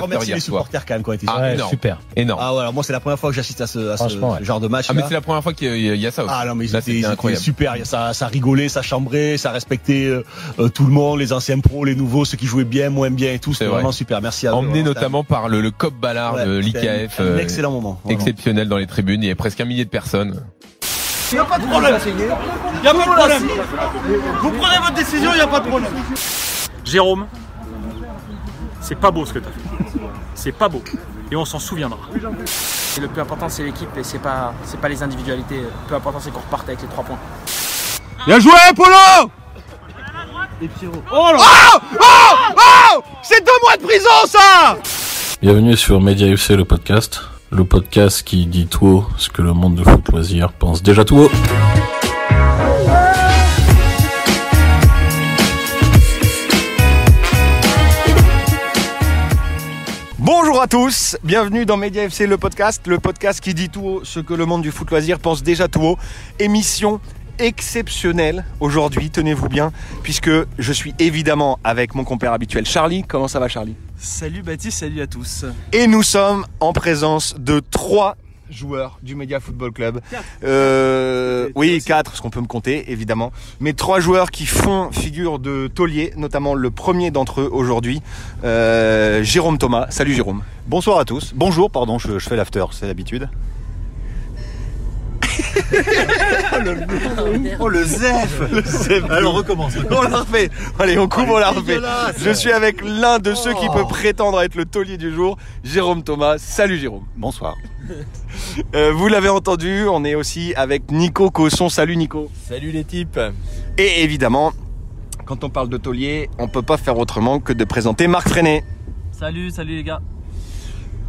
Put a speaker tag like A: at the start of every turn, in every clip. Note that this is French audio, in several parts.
A: remercie
B: hier
A: les
B: soir.
A: supporters quand même qui ont été
B: Ah,
A: sur-
C: Ouais,
B: énorme.
C: super.
B: Énorme.
A: Ah ouais, alors moi c'est la première fois que j'assiste à ce, à ce
C: Franchement, ouais.
A: genre de match.
B: Ah, mais c'est la première fois qu'il y a- il y a ça aussi.
A: Ah non mais ils
B: Là,
A: étaient,
B: c'était
A: ils étaient
B: incroyable.
A: super, Il y a- ça, ça rigolait, ça chambrait, ça respectait euh, euh, tout le monde, les anciens pros, les nouveaux, ceux qui jouaient bien, moins bien et tout, c'était
B: vrai.
A: vraiment super. Merci à
B: Emmené
A: eux.
B: notamment par le, le COP Ballard
A: hein, Ouais,
B: de
A: c'était un-
B: l'IKF.
A: un
B: euh,
A: excellent moment. vraiment.
B: Exceptionnel dans les tribunes. Il y avait presque un millier de personnes.
D: Il n'y a pas de problème. Il n'y a pas de problème. Vous prenez votre décision, il n'y a pas de problème.
E: Jérôme, c'est pas beau ce que t'as fait. C'est pas beau. Et on s'en souviendra. Et le plus important c'est l'équipe et c'est pas, c'est pas les individualités. Le plus important c'est qu'on reparte avec les trois points.
F: Bien joué, Polo Oh là Oh Oh Oh C'est deux mois de prison, ça
G: Bienvenue sur Media FC, le podcast. Le podcast qui dit tout haut ce que le monde de foot loisir pense déjà tout haut.
F: Bonjour à tous, bienvenue dans Media FC, le podcast, le podcast qui dit tout haut ce que le monde du foot loisir pense déjà tout haut. Émission exceptionnelle aujourd'hui, tenez-vous bien, puisque je suis évidemment avec mon compère habituel Charlie. Comment ça va Charlie
H: Salut Baptiste, salut à tous.
F: Et nous sommes en présence de trois joueurs du Media Football Club. Euh, oui, quatre, parce qu'on peut me compter, évidemment. Mais trois joueurs qui font figure de taulier, notamment le premier d'entre eux aujourd'hui, euh, Jérôme Thomas. Salut Jérôme.
I: Bonsoir à tous. Bonjour, pardon, je, je fais l'after, c'est l'habitude.
F: Oh le zef
I: Alors recommence.
F: On la refait Allez, on coupe, on la refait. Je suis avec l'un de ceux qui peut prétendre être le taulier du jour, Jérôme Thomas. Salut Jérôme.
I: Bonsoir.
F: Euh, vous l'avez entendu, on est aussi avec Nico Cosson. Salut Nico.
H: Salut les types.
F: Et évidemment, quand on parle de taulier, on peut pas faire autrement que de présenter Marc Freinet.
H: Salut, salut les gars.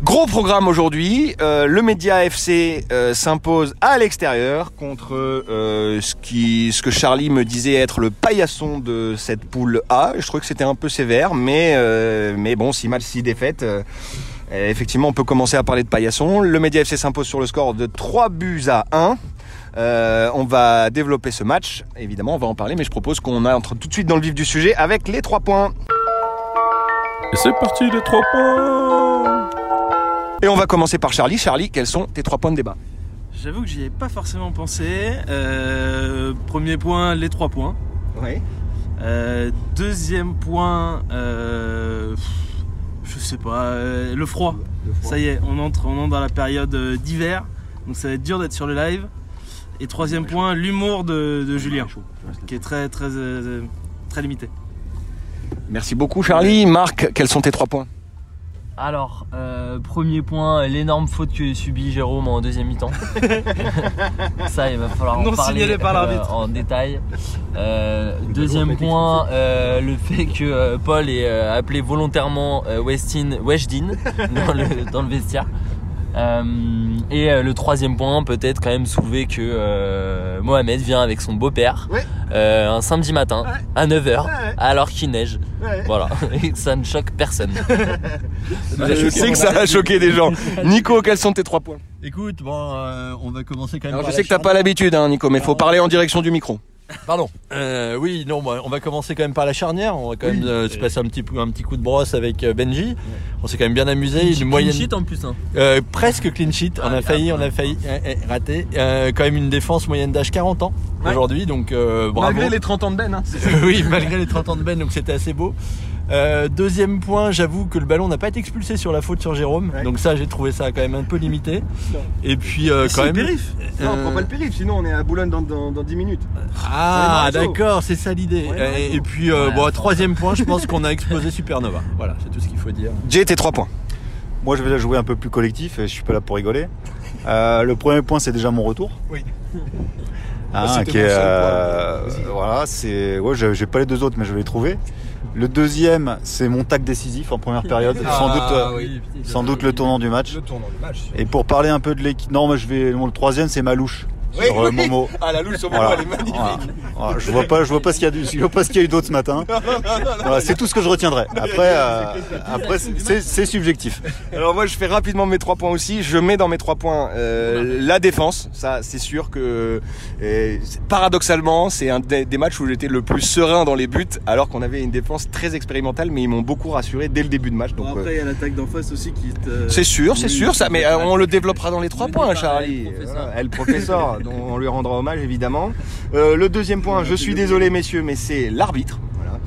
F: Gros programme aujourd'hui, euh, le Média FC euh, s'impose à l'extérieur contre euh, ce, qui, ce que Charlie me disait être le paillasson de cette poule A. Je trouvais que c'était un peu sévère, mais, euh, mais bon, si mal, si défaite. euh, euh, effectivement, on peut commencer à parler de paillasson. Le Média FC s'impose sur le score de 3 buts à 1. Euh, on va développer ce match, évidemment, on va en parler, mais je propose qu'on entre tout de suite dans le vif du sujet avec les 3 points.
G: Et c'est parti, les trois points
F: Et on va commencer par Charlie. Charlie, quels sont tes 3 points de débat
H: J'avoue que j'y ai pas forcément pensé. Euh, premier point, les trois points.
F: Oui.
H: Euh, deuxième point, euh, pff, je sais pas, euh, le, froid. Ça y est, on entre, on entre dans la période euh, d'hiver, donc ça va être dur d'être sur le live. Et troisième point, l'humour de, de Julien, qui est très très euh, très limité.
F: Merci beaucoup Charlie. Marc, quels sont tes trois points
J: Alors, euh, premier point, l'énorme faute que subit Jérôme en deuxième mi-temps. Ça, il va falloir
H: Non
J: en parler
H: signalé par l'arbitre.
J: euh, en détail. Euh, deuxième point, euh, le fait que euh, Paul ait euh, appelé volontairement euh, Westin Weshdin dans le, dans le vestiaire. Euh, et euh, le troisième point, peut-être quand même soulever que euh, Mohamed vient avec son beau-père
F: Ouais.
J: euh, un samedi matin à 9h alors qu'il neige.
F: Ouais.
J: Voilà, et ça ne choque personne.
F: Je sais que ça a choqué des gens. Nico, quels sont tes trois points
I: Écoute, bon, euh, on va commencer quand même.
F: Alors
I: par la
F: je sais que t'as
I: Charlie.
F: pas l'habitude, hein, Nico, mais faut parler en direction du micro.
I: Pardon. Euh, oui, non, bah, on va commencer quand même par la charnière. On va quand même euh, se passer un petit, peu- un petit coup de brosse avec euh, Benji. On s'est quand même bien amusé. Une moyenne.
J: en plus. Hein.
I: Euh, presque clean sheet. On a failli, on a failli eh, eh, rater. Euh, quand même une défense moyenne d'âge 40 ans aujourd'hui. Donc euh, bravo.
F: Malgré les 30 ans de Ben. Hein.
I: oui, malgré les 30 ans de Ben, donc c'était assez beau. Euh, deuxième point, j'avoue que le ballon n'a pas été expulsé sur la faute sur Jérôme, donc ça j'ai trouvé ça quand même un peu limité. Et puis euh, quand même.
F: Non, on prend pas le périph', sinon on est à Boulogne dans, dans, dans 10 minutes.
I: Ah
F: On est dans le zoo.
I: d'accord, c'est ça l'idée.
F: On est dans le
I: Et,
F: zoo.
I: et puis euh, bon, troisième point, je pense qu'on a explosé Supernova. Voilà, c'est tout ce qu'il faut dire.
F: J'ai tes trois points.
I: Moi je vais la jouer un peu plus collectif et je suis pas là pour rigoler. Euh, le premier point c'est déjà mon retour.
F: Oui.
I: Hein,
F: Ah, c'était
I: qui
F: mon
I: est,
F: seul point.
I: euh,
F: Vas-y.
I: voilà, c'est ouais, j'ai j'ai pas les deux autres mais je vais les trouver. Le deuxième c'est mon tac décisif en première période,
F: Ah,
I: sans doute euh, sans doute le tournant du match.
F: tournant du match.
I: Et pour parler un peu de l'équipe, non, moi je vais mon- le troisième c'est Malouche.
F: sur euh, Momo.
I: Ah, la loule sur
C: Voilà.
I: elle est magnifique.
C: Voilà. Voilà. Je vois pas, je vois pas ce qu'il y a du, je vois pas ce qu'il y a eu d'autre ce matin. Voilà, c'est tout ce que je retiendrai. Après, euh, après, c'est c'est subjectif.
F: Alors moi je fais rapidement mes trois points aussi. Je mets dans mes trois points euh, la défense. Ça c'est sûr que euh, c'est- paradoxalement c'est un des, des matchs où j'étais le plus serein dans les buts alors qu'on avait une défense très expérimentale mais ils m'ont beaucoup rassuré dès le début de match. Donc
H: Bon,
F: euh,
H: après, il y a l'attaque d'en face aussi qui euh, te.
F: c'est sûr, c'est
H: oui,
F: sûr ça. Mais euh, on le développera dans les trois
J: Mais
F: points,
J: non,
F: Charlie.
J: elle, professeur.
F: Voilà, Elle professeur, dont on lui rendra hommage évidemment. Euh, le deuxième point, je suis désolé messieurs, mais c'est l'arbitre. Voilà.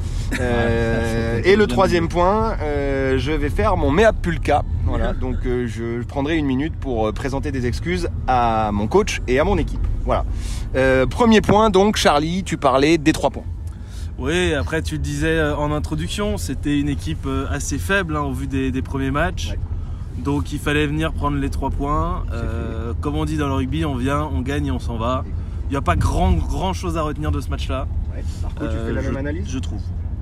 F: Euh, et le troisième point, euh, je vais faire mon mea pulca. Voilà, donc euh, je prendrai une minute pour euh, présenter des excuses à mon coach et à mon équipe. Voilà. Euh, premier point, donc Charlie, tu parlais des trois points.
H: Oui, après tu le disais euh, en introduction, c'était une équipe euh, assez faible hein, au vu des, des premiers matchs. Donc il fallait venir prendre les trois points. Euh, comme on dit dans le rugby, on vient, on gagne et on s'en va. Il n'y a pas grand, grand chose à retenir de ce match-là.
F: Marco,
H: Euh, je- Je trouve.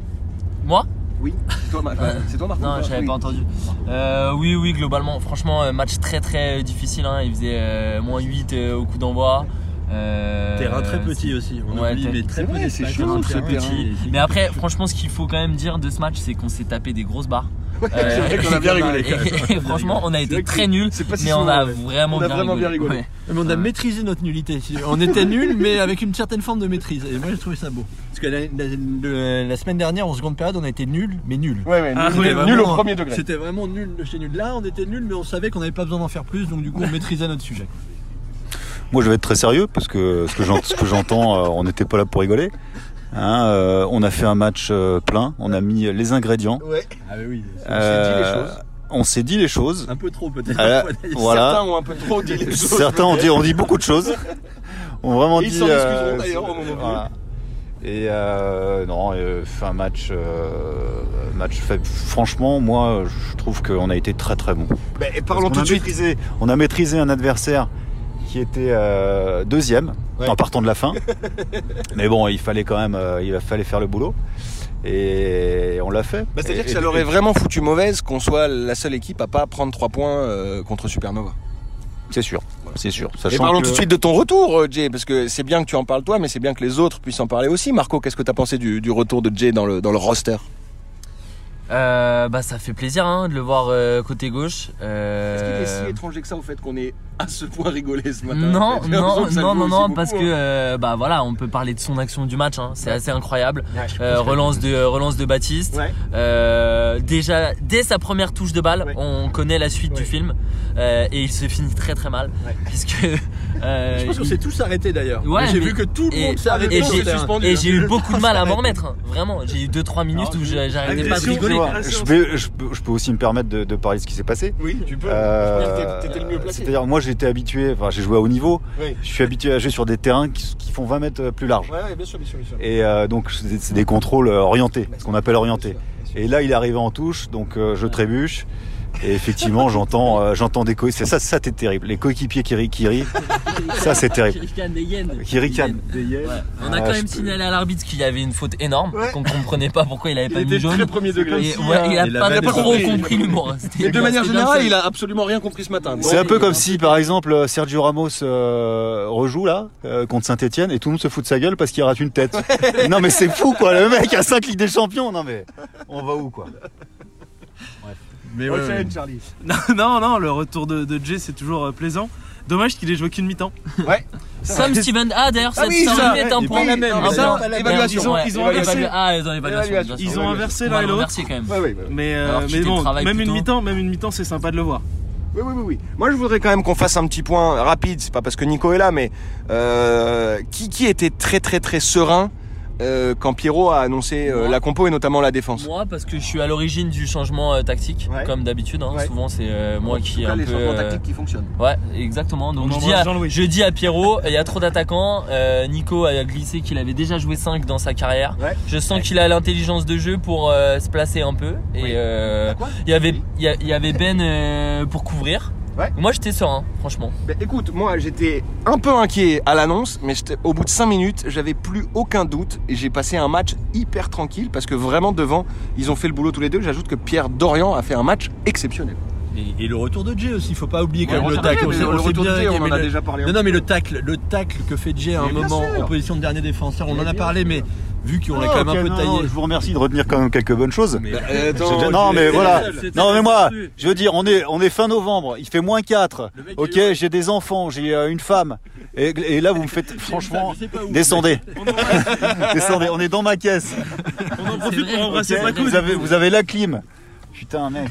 J: Moi
F: Oui. C'est toi, Marco. C'est toi, Marco
J: Non, j'avais
F: Oui.
J: pas entendu. Euh, oui, oui, globalement, franchement, euh, match très très euh, difficile. hein. Il faisait euh, moins 8 euh, au coup d'envoi. Euh, bah,
I: Terrain très petit aussi. On
J: ouais,
I: oublie,
J: t'es-
I: mais très
F: vrai,
I: petit.
F: c'est
I: Terrain
F: chaud,
I: très
F: terrain.
I: petit.
J: Mais après, franchement, ce qu'il faut quand même dire de ce match, c'est qu'on s'est tapé des grosses barres. Euh,
I: c'est vrai qu'on a bien rigolé, quand même.
J: et, et franchement, on a été
I: vrai que
J: très nuls,
I: c'est pas si
J: mais
I: souvent,
J: on a
I: ouais.
J: vraiment,
I: On a
J: bien,
I: vraiment bien rigolé.
J: Ouais.
I: Mais
F: Ah.
I: on a maîtrisé notre nullité. On était nuls, mais avec une certaine forme de maîtrise. Et moi, j'ai trouvé ça beau. Parce que la, la- le- la semaine dernière, en seconde période, on a été nuls, mais nuls.
F: Ouais, ouais,
H: Ah,
F: nul,
H: oui,
F: nul
I: vraiment-
F: au premier degré.
I: C'était vraiment nul de chez nul. Là, on était nuls, mais on savait qu'on n'avait pas besoin d'en faire plus, donc du coup, on maîtrisait notre sujet.
C: Moi, je vais être très sérieux parce que ce que j'ent- ce que j'entends, euh, on n'était pas là pour rigoler. Hein, euh, on a fait un match euh, plein, on a mis les ingrédients.
I: Ah, mais oui.
C: Euh, On s'est dit les choses.
I: Un peu trop, peut-être.
C: Euh,
I: parfois, d'ailleurs.
C: voilà.
F: un peu trop dit les choses.
C: Certains ont dit, on dit beaucoup de choses. On vraiment
F: Et ils
C: dit. euh,
F: s'en excuseront d'ailleurs au moment
C: voilà. Et euh, non, euh, fait un match, euh, match faible. Franchement, moi, je trouve qu'on a été très très bon.
F: Ben, et parlons
C: Parce qu'on
F: tout
C: a
F: de suite.
C: maîtrisé- on a maîtrisé un adversaire qui était euh, deuxième en partant de la fin. Mais bon, il fallait quand même, euh, il fallait faire le boulot. Et on l'a fait.
F: Bah, C'est-à-dire
C: Et-
F: que ça
C: et-
F: leur est vraiment foutu mauvaise qu'on soit la seule équipe à pas prendre 3 points euh, contre Supernova. C'est sûr.
C: C'est sûr.
F: Et
C: Sachant
F: parlons
C: que-
F: tout de suite de ton retour, euh, Jay, parce que c'est bien que tu en parles toi, mais c'est bien que les autres puissent en parler aussi. Marco, qu'est-ce que t'as pensé du, du retour de Jay dans le, dans le roster
J: Euh, bah, ça fait plaisir hein, de le voir euh, côté gauche. Euh,
F: étranger que ça au fait qu'on est à ce point rigolé ce
J: Non, non, non, non, non,
I: hein.
J: parce que euh, bah voilà, on peut parler de son action du match. hein. C'est assez incroyable. Euh, relance de euh, relance de Baptiste.
F: Ouais.
J: Euh, déjà dès sa première touche de balle,
F: Ouais.
J: on connaît la suite du film Euh, et il se finit très très mal
F: Ouais.
J: puisque. euh,
I: Je pense qu'on
J: il-
I: s'est tous arrêtés d'ailleurs.
J: Ouais,
I: j'ai
J: mais-
I: vu que tout le
J: et-
I: monde s'est arrêté.
J: et
I: sur
J: j'ai-
I: le terrain.
J: et j'ai eu beaucoup de mal à m'en remettre, hein. vraiment. J'ai eu 2-3 minutes où je- j'arrivais pas à
H: agression,
J: rigoler.
H: ouais.
C: Je, vais- je peux, je peux aussi me permettre de, de parler de ce qui s'est passé.
F: Oui, tu peux.
C: Euh, C'est-à-dire, moi j'étais habitué, enfin j'ai joué à haut niveau,
F: Oui.
C: je suis habitué à jouer sur des terrains qui, qui font 20 mètres euh, plus large.
F: Ouais, bien sûr, bien sûr, bien sûr.
C: Et euh, donc c'est des- c'est des contrôles euh, orientés, ce qu'on appelle orientés. Et là il est arrivé en touche, donc euh, je trébuche. Et effectivement, j'entends, euh, j'entends des coéquipiers. Ça, ça, c'est terrible. Les coéquipiers qui rient, qui rient. ça, c'est terrible.
J: Ricane, des hyènes.
C: Qui ricanent.
J: Ouais. On a
C: Ah,
J: quand
C: je
J: même
C: peux-
J: signalé à l'arbitre qu'il y avait une faute énorme, qu'on comprenait pas pourquoi il avait pas mis jaune.
F: premier degré.
J: Et, ouais, il a
I: Il
J: pas
I: avait
J: trop
I: compris.
J: compris l'humour. C'était-
F: Et de manière
J: c'était bien
F: générale,
J: ça.
F: il a absolument rien compris ce matin.
C: C'est un peu comme si, par exemple, Sergio Ramos euh, rejoue là euh, contre Saint-Etienne et tout le monde se fout de sa gueule parce qu'il rate une tête. non mais c'est fou quoi, le mec a 5 Ligues des Champions. Non mais on va où quoi
I: Mais ouais, ouais.
F: Charlie.
H: Non, non, non, le retour de, de Jay, c'est toujours euh, plaisant. Dommage qu'il ait joué qu'une mi-temps.
J: Sam Steven. Ah, d'ailleurs,
F: Ah
J: cette
F: oui, ça,
J: story est un
F: oui,
J: point.
F: la même,
J: Un
F: ça,
J: point.
F: évaluation,
J: Ouais,
F: ils ont inversé.
J: évalu- Ah, ils ont évaluation.
F: Évaluation.
J: bien
H: Ils
J: sûr.
H: ont inversé
J: On va
H: l'un et
J: le
H: l'autre.
J: remercier quand même.
F: Ouais, ouais, ouais.
H: Mais, euh,
J: Alors,
H: mais
J: quitter le
H: bon,
J: travail
H: même une
J: plutôt.
H: mi-temps, même une mi-temps, c'est sympa de le voir.
F: Oui, oui, oui, oui. Moi, je voudrais quand même qu'on fasse un petit point rapide. C'est pas parce que Nico est là, mais euh, qui, qui était très, très, très serein euh, quand Pierrot a annoncé euh,
J: Moi.
F: la compo et notamment la défense
J: Moi, parce que je suis à l'origine du changement euh, tactique,
F: Ouais.
J: comme d'habitude. hein.
F: Ouais.
J: Souvent, c'est euh, moi qui un peu. euh,
F: qui fonctionnent.
J: Ouais, exactement. Donc
H: On
J: je
H: embrasse
J: dis, à,
H: Jean-Louis.
J: je dis à Pierrot, il y a trop d'attaquants. Euh, Nico a glissé qu'il avait déjà joué 5 dans sa carrière.
F: Ouais.
J: Je sens qu'il a l'intelligence de jeu pour euh, se placer un peu. Et euh, il y avait il y, a- il y avait Ben euh, pour couvrir.
F: Ouais.
J: Moi j'étais serein, franchement.
F: Ben, écoute, moi j'étais un peu inquiet à l'annonce, mais j'étais- au bout de 5 minutes, j'avais plus aucun doute et j'ai passé un match hyper tranquille parce que vraiment devant, ils ont fait le boulot tous les deux. J'ajoute que Pierre Dorian a fait un match exceptionnel.
I: Et, et le retour de Jay aussi, faut pas oublier quand
K: Ouais,
I: même
K: le
I: le
K: retour de
I: tacle.
K: Jay, mais le retour de Jay, on en
I: mais
K: a
I: le-
K: déjà parlé un
I: Non, non,
K: peu.
I: mais le tacle, le tacle que fait Jay à un
K: Mais bien
I: moment
K: sûr.
I: en position de dernier défenseur, on en a parlé, mais vu qu'on
C: Ah,
I: l'a quand même
C: ok,
I: un peu
C: non,
I: taillé.
C: non, je vous remercie de retenir quand même quelques bonnes choses.
I: euh, attends,
C: J'ai déjà-
I: j'ai-
C: non, mais
I: c'était
C: voilà.
I: la seule, c'était
C: Non,
I: la
C: mais
I: seule
C: moi,
I: plus.
C: je veux dire, on est, on est fin novembre, il fait moins 4. Ok, j'ai des enfants, j'ai euh, une femme. Et, et là, vous me faites, franchement, descendez. descendez, on est dans ma caisse.
H: On en profite pour embrasser
C: Ok,
H: pas
C: vous, avez, vous avez la clim. Putain, mec.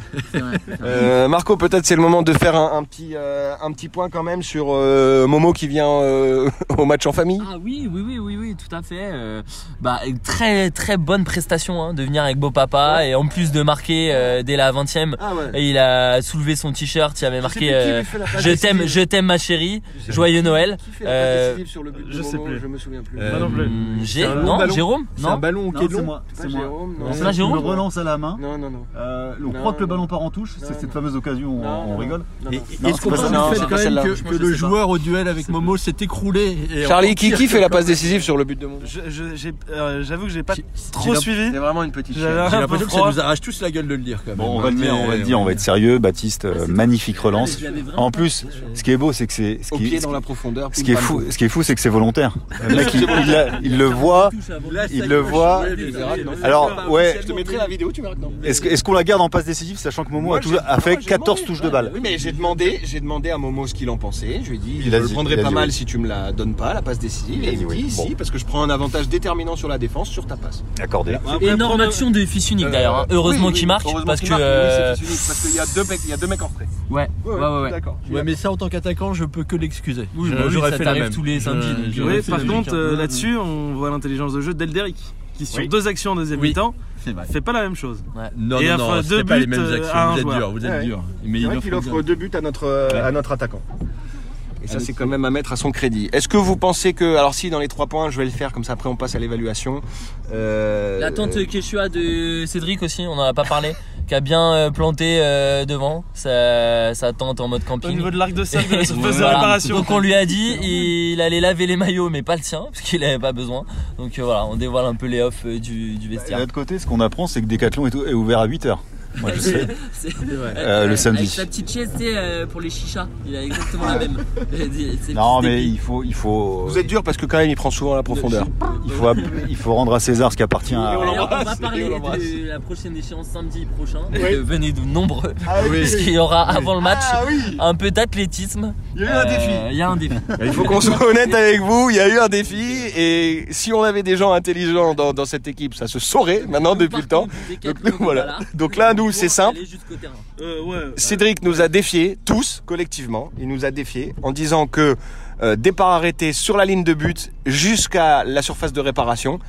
F: Euh, Marco, peut-être c'est le moment de faire un, un petit, euh, un petit point quand même sur euh, Momo qui vient euh, au match en famille.
J: Ah oui, oui, oui, oui, oui, tout à fait. Euh, bah, très, très bonne prestation hein, de venir avec Beau Papa et en plus de marquer euh, dès la 20 e
F: Ah ouais.
J: Il a soulevé son t-shirt, il avait
F: plus
J: marqué
F: qui lui
J: euh,
F: fait la passe
J: Je t'aime,
F: décisive.
J: je t'aime ma chérie,
F: sais
J: joyeux
F: plus.
J: Noël.
F: Qui fait la passe décisive sur le but de
J: je sais
F: Momo
J: plus.
F: Je me souviens plus.
J: Euh,
F: Moi non plus.
J: Gé-
F: C'est un long
J: non,
F: ballon.
J: Jérôme
C: C'est
J: non
C: un ballon au
F: Non,
C: quai
F: c'est
C: long.
F: moi, c'est
C: C'est
F: moi.
C: moi.
F: Jérôme, non.
C: On
F: C'est
C: sait
F: pas
C: que tu me
F: Jérôme
C: relance à la main.
F: Non, non, non.
C: Euh, on
F: Non,
C: croit que le
F: non.
C: ballon part en touche, c'est cette fameuse occasion où on-
F: Non,
C: on
F: non.
C: rigole.
F: Non,
I: Et- et-
F: non.
I: Est-ce qu'on peut
F: c'est
I: pas
F: pas ça.
I: fait
F: Non,
I: quand
F: c'est
I: même
F: pas
I: que,
F: celle-là.
I: que le joueur au duel avec Momo s'est écroulé et
F: Charlie,
I: encore
F: qui,
I: pire
F: qui
I: que
F: fait la
I: quand
F: passe
I: même.
F: décisive sur le but de Momo
H: Je- je- j'ai- euh, J'avoue que j'ai pas
I: j'ai
H: trop
I: l'im-
H: suivi.
F: C'est vraiment une petite
H: J'ai l'impression
I: J'ai
H: un peu
I: l'impression que ça
H: froid.
I: nous arrache tous la gueule de le dire quand même.
C: Bon, on va le
I: Mais-
C: dire, on va le dire, on va être sérieux. Baptiste,
F: Ah,
C: euh, magnifique relance. En plus, ce qui est beau, c'est que c'est ce
F: Au
C: qui,
F: pied
C: ce
F: dans
C: qui-
F: la profondeur.
C: ce qui est
F: pim, pam,
C: fou,
F: poum.
C: ce qui est fou, c'est que c'est volontaire. Le mec, il, il l'a- il le voit, il le voit. Alors, ouais.
F: Je te mettrai la vidéo, tu verras que non.
C: Est-ce que- est-ce qu'on la garde en passe décisive, sachant que Momo a, toujours- a fait 14 touches de balle
F: Oui, mais j'ai demandé, j'ai demandé à Momo ce qu'il en pensait. Je lui ai dit,
C: Il
F: je
C: a
F: le
C: dit-
F: prendrais
C: il a
F: pas
C: dit
F: mal
C: oui.
F: si tu me la donnes pas, la passe décisive.
C: Il a
F: Et il
C: dit
F: me
C: oui.
F: dit,
C: Bon.
F: si, parce que je prends un avantage déterminant sur la défense sur ta passe.
C: Accordé.
F: Bah,
J: Énorme action de fils unique d'ailleurs. hein. Heureusement
F: oui,
J: qu'il
F: oui,
J: marque
F: heureusement
J: parce
F: qu'il
J: que.
F: marque,
J: euh,
F: oui, c'est fils unique, parce qu'il y a deux mecs, il y a deux mecs en retrait.
J: ouais, ouais, ouais, ouais.
F: D'accord.
I: Ouais, mais ça en tant qu'attaquant, je peux que l'excuser.
J: Oui,
I: Je-
J: bah oui,
I: J'aurais
J: ça
I: fait la
J: t'arrive
I: même.
J: tous les samedis, donc,
I: Je-
J: euh,
I: j'aurais
H: Oui,
I: fait
H: par
I: la même.
H: contre, euh, là-dessus, on voit l'intelligence de jeu d'Elderic, qui sur
I: Oui.
H: deux actions en deuxième
I: Oui.
H: mi-temps,
I: C'est vrai.
H: fait pas la même chose.
J: Ouais.
I: Non,
H: Et
I: non,
H: enfin,
I: non,
H: deux
I: c'était pas les
H: buts,
I: mêmes
H: euh,
I: actions.
H: à un
I: Vous êtes
H: joueur.
I: dur, vous êtes
F: Ouais.
I: dur. Mais
F: C'est
I: il
F: vrai
I: offre
F: qu'il offre
I: bien.
F: deux buts à notre, euh, à notre attaquant. Et ça, c'est quand même à mettre à son crédit. Est-ce que vous pensez que. Alors, si, dans les trois points, je vais le faire, comme ça, après, on passe à l'évaluation. Euh,
J: L'attente
F: euh,
J: Quechua de Cédric aussi, on n'en a pas parlé, qui a bien euh, planté euh, devant sa, sa tente en mode
H: Au
J: camping.
H: niveau de l'arc de cercle de la surface de
J: Voilà.
H: réparation.
J: Donc on lui a dit il allait laver les maillots mais pas le sien parce qu'il n'avait pas besoin. Donc euh, voilà, on dévoile un peu les offs euh, du, du
C: Et de
J: vestiaire.
C: l'autre côté, ce qu'on apprend, c'est que Decathlon est, est ouvert à 8 h Moi, je sais.
J: C'est-
C: Euh, le samedi.
J: Avec sa petite chaise tu sais, euh, pour les chichas, il a exactement
F: Ah
J: la même. C'est
C: Non,
J: petit
C: mais
J: dépit.
C: il faut, il faut,
F: Vous êtes dur parce que, quand même, il prend souvent la profondeur.
C: il faut, il faut rendre à César ce qui appartient à.
J: D'ailleurs, on va
F: l'embrasse, et
J: parler
F: on l'embrasse.
J: de la prochaine échéance samedi prochain.
F: Oui. Ah
J: Euh, venez de nombreux, parce qu'il y aura avant le match un peu d'athlétisme.
F: Il
J: Euh,
F: y a eu un défi.
J: Il y a un défi.
F: Il faut qu'on soit honnête avec vous, il y a eu un défi et si on avait des gens intelligents dans, dans cette équipe, ça se saurait maintenant depuis le temps. Donc nous, voilà. Donc là, nous, c'est simple.
H: Euh, ouais.
F: Cédric nous a défiés, tous collectivement, il nous a défiés en disant que euh, départ arrêté sur la ligne de but jusqu'à la surface de réparation,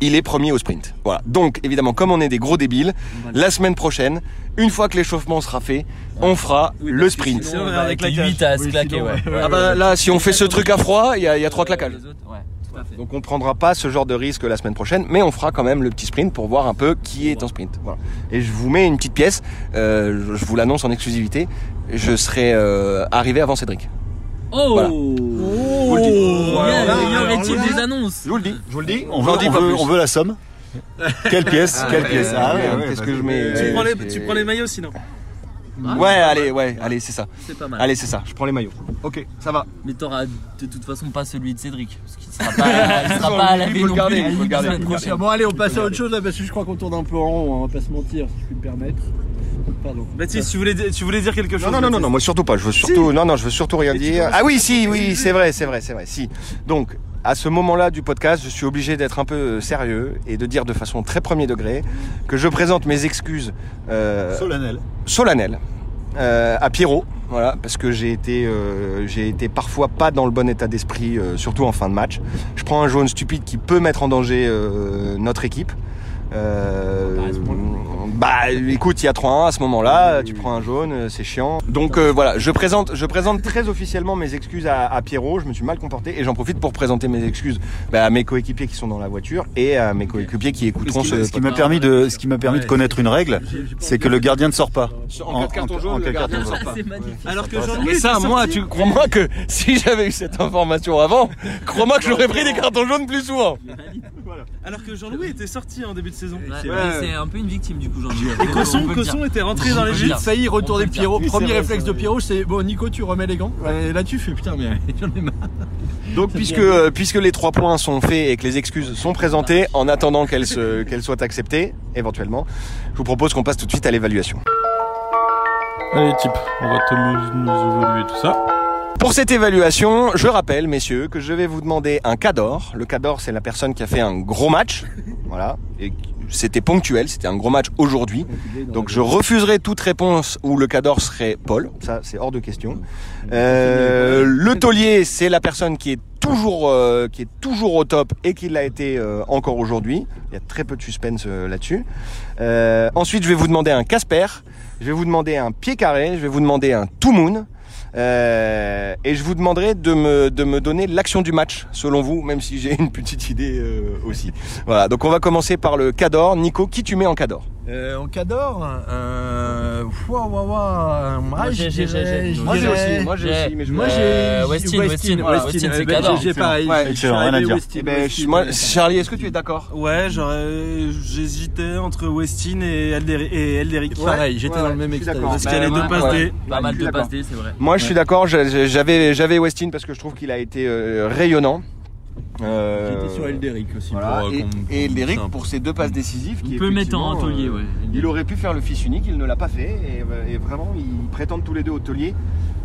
F: il est premier au sprint. Voilà. Donc évidemment, comme on est des gros débiles, la semaine prochaine, une fois que l'échauffement sera fait, on fera le sprint.
H: sinon, on va avec la cage.
J: 8 à se
H: Oui,
J: claquer,
H: sinon,
J: ouais.
F: Ah bah là, si on fait ce truc à froid, il y, a- il y a trois claquages.
J: Les autres, ouais, tout à fait.
F: Donc on prendra pas ce genre de risque la semaine prochaine, mais on fera quand même le petit sprint pour voir un peu qui est en sprint. Voilà. Et je vous mets une petite pièce, euh, je- je vous l'annonce en exclusivité, je serai euh, arrivé avant Cédric.
J: Oh
F: Voilà.
J: Oh
F: le dis.
J: Il y aurait-il des annonces
F: Je vous le dis, je vous le dis,
C: On veut, on veut- on veut la somme. Quelle pièce Quelle pièce Ah ouais, ouais,
F: Qu'est-ce
C: bah,
F: que je mets
H: Tu
F: euh,
H: prends, les,
F: c'est-
H: tu prends les maillots sinon.
F: Ouais, allez, ouais, allez, c'est ça.
J: Ah, C'est pas mal.
F: Allez, c'est ça, je prends les maillots. Ok, ça va.
J: Mais t'auras de toute façon pas celui de Cédric. Parce qu'il sera pas, il sera pas à la
F: Il faut le garder, il faut le garder.
J: veille
F: il faut le garder.
I: Bon, allez, on passe à autre chose là parce que je crois qu'on tourne un peu en rond, hein, on va pas se mentir, si je puis me permettre. Pardon.
H: Baptiste, tu voulais, di- tu voulais dire quelque chose
F: Non, non, non, non, non, moi surtout pas. Je veux surtout, non, non, je veux surtout rien dire. Ah oui, si, oui, c'est vrai, c'est vrai, c'est vrai. Si. Donc, à ce moment-là du podcast, je suis obligé d'être un peu euh, sérieux et de dire de façon très premier degré que je présente mes excuses euh,
C: Solennel.
F: solennelles euh, à Pierrot. Voilà, parce que j'ai été, euh, j'ai été parfois pas dans le bon état d'esprit, euh, surtout en fin de match. Je prends un jaune stupide qui peut mettre en danger euh, notre équipe. Euh, bah écoute, il y a 3-1 à ce moment-là, tu prends un jaune, euh, c'est chiant. Donc euh, voilà, je présente, je présente très officiellement mes excuses à, à Pierrot, je me suis mal comporté et j'en profite pour présenter mes excuses bah, à mes coéquipiers qui sont dans la voiture et à mes coéquipiers qui écouteront
C: Ce
F: ce,
C: qui- ce qui m'a permis de, ce qui m'a permis de connaître une règle, c'est que le gardien ne sort pas.
F: En cas de carton jaune,
C: en
F: le
C: cas de
F: gardien
C: carton
F: sort
C: jaune.
F: pas.
J: C'est magnifique.
H: Alors que
F: Et
H: Jean-Louis.
F: Ah, ça,
H: était
F: moi,
H: sorti.
F: tu crois-moi que si j'avais eu cette information avant, crois-moi que j'aurais pris des cartons jaunes plus souvent.
H: Alors que Jean-Louis était sorti en début de saison.
J: Ouais, mais C'est un peu une victime du coup, jean
H: Et Cosson, Cosson était rentré dans les gîtes.
I: Ça y est, retour
J: On peut
I: des
J: le dire.
I: Pierrot.
J: Oui, c'est
I: Premier
J: vrai,
I: réflexe
J: c'est
I: de
J: vrai.
I: Pierrot, c'est bon, Nico, tu remets les gants. Et là, tu fais putain, mais j'en ai marre.
F: Donc puisque, euh, puisque les trois points sont faits et que les excuses sont présentées, en attendant qu'elles se- qu'elles soient acceptées, éventuellement, je vous propose qu'on passe tout de suite à l'évaluation.
G: Allez, type, on va te nous, nous évoluer tout ça.
F: Pour cette évaluation, je rappelle, messieurs, que je vais vous demander un cador. Le cador, c'est la personne qui a fait un gros match. Voilà. Et c'était ponctuel, c'était un gros match aujourd'hui. Donc je refuserai toute réponse où le cador serait Paul. Ça, c'est hors de question. Euh, le taulier, c'est la personne qui est toujours, euh, qui est toujours au top et qui l'a été euh, encore aujourd'hui. Il y a très peu de suspense euh, là-dessus. Euh, ensuite, je vais vous demander un Casper. Je vais vous demander un pied carré. Je vais vous demander un tout moon. Euh, et je vous demanderai de me, de me donner l'action du match, selon vous, même si j'ai une petite idée euh, aussi. Voilà, donc on va commencer par le Cador. Nico, qui tu mets en Cador
I: Euh, en Cador, euh, waouh, waouh, waouh, moi,
J: j'ai-
I: je
J: j'ai- j'ai-
I: dirais-
J: j'ai-
I: je
J: moi, j'ai
I: dirais-
J: aussi, moi, j'ai aussi, mais je-
I: moi,
J: Euh,
I: j'ai-
J: Westin, Westin, voilà, Westin, c'est
I: ben,
J: Cador.
I: j'ai- J'ai pareil.
H: Ouais,
I: je suis
C: excellent, rien à
I: arrivé
C: dire.
I: Westin,
F: Eh ben,
I: Westin,
F: je- moi,
I: Westin.
F: Charlie, est-ce que tu es d'accord
H: Ouais, j'aurais- j'hésitais entre Westin et Elderic. Et Elderic.
I: Pareil, j'étais
F: ouais,
I: dans
F: ouais,
I: le même
F: je suis
I: extrait.
F: d'accord.
H: Parce qu'il y a les
J: Bah,
H: deux
J: ouais,
H: passes
J: ouais.
H: des.
J: Pas mal
F: Je
J: de
F: suis
J: passes D, c'est vrai.
F: Moi, je suis d'accord, j'ai- j'avais j'avais Westin parce que je trouve qu'il a été euh, rayonnant. Euh,
I: J'étais sur Elderic aussi.
F: voilà,
I: pour, euh,
F: et,
I: qu'on- qu'on-
F: et Léric
I: c'est un-
F: pour ses deux passes décisives. qui
J: On peut mettre
F: effectivement,
J: en
F: euh,
J: atelier, ouais.
F: Il aurait pu faire le fils unique, il ne l'a pas fait. Et, et vraiment, ils prétendent tous les deux au taulier.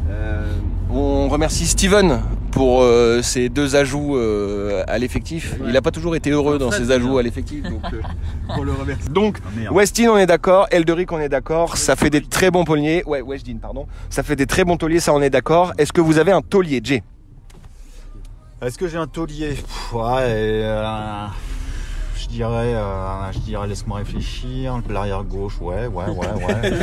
F: Euh, on remercie Steven pour euh, ses deux ajouts euh, à l'effectif. Il n'a pas toujours été heureux dans ses ajouts à l'effectif. Donc, euh, on le remercie. Donc,
C: Ah, merde.
F: Westin, on est d'accord. Elderic, on est d'accord. Ça fait des très bons tauliers. Ouais, Westin, pardon. Ça fait des très bons tauliers, ça, on est d'accord. Est-ce que vous avez un taulier, Jay
C: Est-ce que j'ai un taulier Pff, Ouais, euh, je dirais, euh, je dirais, laisse-moi réfléchir. L'arrière gauche, ouais, ouais, ouais, ouais.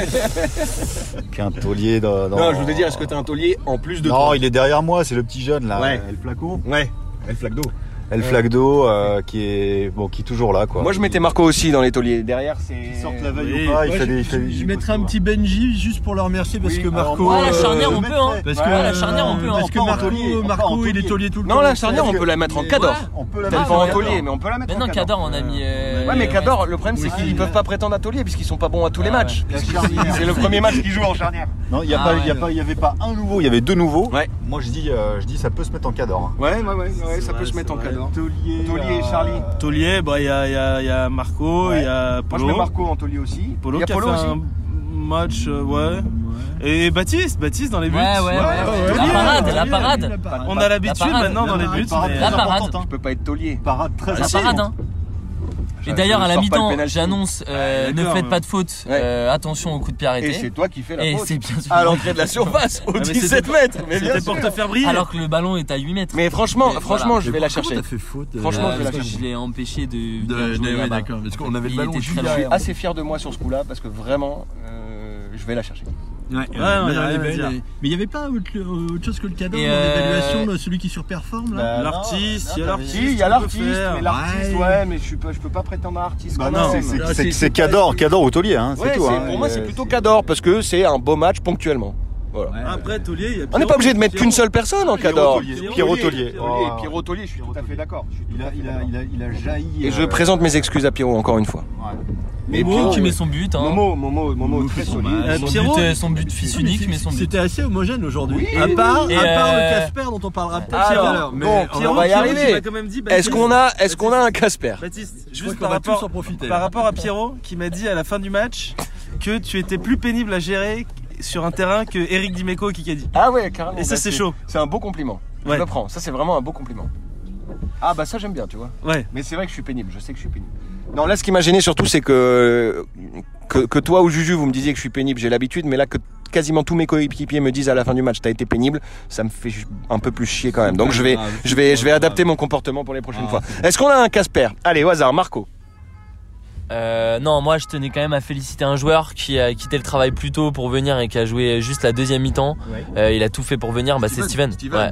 C: Qu'un taulier dans. dans-
F: tu as un taulier en plus
C: Non, il est derrière moi, c'est le petit jeune là.
F: Ouais.
C: El Flaco.
F: Ouais, elle flaque d'eau.
C: El Flacdo, euh, qui est bon, qui est toujours là quoi.
F: Moi, je mettais Marco aussi dans les tauliers. Derrière, c'est.
C: Il sort la veille
I: Oui,
C: ou pas, il
I: moi,
C: fait
I: je-
C: des- il fait-
I: je- Je
C: il
I: mettrai un
C: faut
I: petit Benji juste pour le remercier parce
C: Oui,
I: que
C: alors
I: Marco.
C: moi,
J: Ouais, la
C: euh,
J: charnière, on
C: le
J: peut, hein.
I: Parce
J: Ouais,
I: que
J: la charnière, on peut, hein.
I: Parce que
C: Encore en
I: Marco,
C: taulier, encore en
I: Marco, il est
C: taulier.
I: taulier tout le temps.
F: Non, la
I: ça.
F: charnière, on peut la mettre en cador.
J: Ouais.
C: On peut la
F: Peut-être
J: Ah,
C: mettre
F: pas en
J: ouais.
F: taulier, mais on peut la mettre
J: Maintenant,
F: en
J: Cador, on a mis. euh,
F: Ouais, mais Cador, le problème, c'est
I: Oui,
F: qu'ils
I: oui.
F: peuvent pas prétendre à taulier puisqu'ils sont pas bons à tous les
J: Ah,
F: matchs.
C: la charnière.
F: C'est le premier match qu'ils jouent en charnière.
C: Non, il n'y a
J: Ah
C: pas, il
J: ouais.
C: y a pas, il y avait pas un nouveau, il y avait deux nouveaux.
F: Ouais.
C: Moi, je dis, euh, je dis, ça peut se mettre en cador. hein.
F: Ouais, ouais, ouais,
H: C'est vrai, c'est vrai.
C: Taulier,
F: Taulier et Charlie.
H: Taulier, bah, il y a, il y a- il y a Marco, il
F: Ouais.
H: y a
F: Moi, je mets
H: Polo.
F: Marco en taulier aussi.
H: Polo
F: Il y a
H: qui a fait
F: Polo aussi.
H: un match, euh, ouais. Et Baptiste, Baptiste dans les buts.
J: Ouais, ouais, ouais.
H: ouais.
J: La parade, la parade.
H: On a l'habitude
J: parade.
H: maintenant dans les buts.
C: parade
H: mais-
J: La
C: très
J: parade.
C: importante, hein.
F: Je peux pas être taulier.
C: Parade très
J: La
C: importante.
J: parade, hein. Et
F: Je-
J: d'ailleurs,
F: je
J: à la
F: sors pas le
J: mi-temps,
F: penalty.
J: j'annonce euh,
H: Ouais,
J: ne
H: d'accord,
J: faites
H: mais-
J: pas de faute,
F: Ouais.
J: euh, attention au coup de pied
F: Et
J: arrêté.
F: c'est toi qui fais la
J: Et
F: faute.
J: c'est bien sûr.
F: À l'entrée de la surface, au
H: mais c'était
F: 17
H: pas-
F: mètres. Mais bien
H: C'était
F: sûr.
H: pour te faire briller.
J: Alors que le ballon est à 8 mètres.
F: Mais franchement,
J: Mais
F: franchement,
J: voilà.
F: je vais la chercher.
I: fait faute. euh,
F: Franchement,
J: Euh,
F: je vais la
J: parce que
F: chercher.
J: je l'ai empêché de.
I: de-
J: venir
I: de-
J: jouer
I: ouais,
J: là-bas.
I: D'accord, parce qu'on avait le
J: Il
I: ballon
J: était
I: juste
J: très loin.
F: Je suis
I: derrière.
F: assez fier de moi sur ce coup-là parce que vraiment, euh, je vais la chercher.
I: Ouais, ouais,
H: on a
I: mais
H: rien
I: elle est
H: à
I: belle,
H: dire.
I: elle est- Mais il n'y avait pas autre, autre chose que le cador
J: Et
I: dans
J: euh,
I: l'évaluation, là, celui qui surperforme
F: Euh,
I: là
C: Bah,
H: L'artiste, il y a l'artiste.
F: Si, il y a
H: on peut
F: l'artiste,
H: faire.
F: mais l'artiste,
I: Ouais.
F: ouais, mais je, suis pas, je peux pas prétendre à artiste.
C: Bah
F: quand
C: non,
F: même.
C: c'est- c'est-
J: Ah,
I: c'est-
C: c'est
I: c'est-
C: c'est cador, cador ou taulier, hein, c'est
F: Ouais,
C: tout.
F: c'est-
C: hein.
F: pour moi,
C: Et,
F: c'est
C: euh,
F: plutôt Cador parce que c'est un beau match ponctuellement. Voilà.
H: Après, Taulier, il y a
F: On n'est pas obligé de mettre qu'une seule personne en Cador.
C: Taulier.
H: Pierrot
C: Pierrot
H: Taulier. Euh,
C: Taulier.
F: Taulier,
C: Oh.
F: Pierrot Taulier, je suis tout à fait d'accord. Je suis tout
C: Il
F: à
C: a,
F: fait
C: il a,
F: d'accord.
C: il a, il a jailli.
F: Et je
C: euh,
F: présente mes excuses à Pierrot encore une fois. Mais
J: Momo
F: Pierrot,
J: qui met son but. Hein.
F: Momo, Momo, Momo, très solide.
H: Euh,
J: Son,
H: Pierrot-
J: but, euh, son but fils
I: Non, mais
J: unique,
I: c'est-
J: mais son but.
I: C'était assez homogène aujourd'hui.
F: Oui,
I: à
F: et-
I: part,
J: et
I: à part
J: euh,
I: le Casper dont on parlera peut-être tout
F: alors,
I: à l'heure. Mais
F: bon,
I: on
F: Pierrot,
I: va y
F: Pierrot,
I: arriver.
F: arriver. Est-ce qu'on a, est-ce qu'on a un Casper
I: Je
H: Baptiste,
I: crois
H: juste
I: qu'on
H: par
I: va tous
H: rapport,
I: en profiter.
H: par rapport à Pierrot qui m'a dit à la fin du match que tu étais plus pénible à gérer sur un terrain que Eric Dimeco au Kikadi.
F: Ah ouais, carrément.
H: Et ça,
F: bah,
H: c'est chaud.
F: C'est un beau compliment. Je
H: Ouais.
F: le prends. Ça, c'est vraiment un beau compliment. Ah bah ça, j'aime bien, tu vois.
H: Ouais.
F: Mais c'est vrai que je suis pénible, je sais que je suis pénible. Non, là, ce qui m'a gêné surtout, c'est que, que, que toi ou Juju, vous me disiez que je suis pénible, j'ai l'habitude, mais là, que quasiment tous mes coéquipiers me disent à la fin du match, t'as été pénible, ça me fait un peu plus chier quand même. Donc, je vais,
H: Ah,
F: je vais, je vais adapter mon comportement pour les prochaines fois. Est-ce qu'on a un Casper Allez, au hasard, Marco.
J: Euh, non, moi je tenais quand même à féliciter un joueur qui a quitté le travail plus tôt pour venir et qui a joué juste la deuxième mi-temps. Euh, il a tout fait pour venir, bah, c'est Steven. Ouais.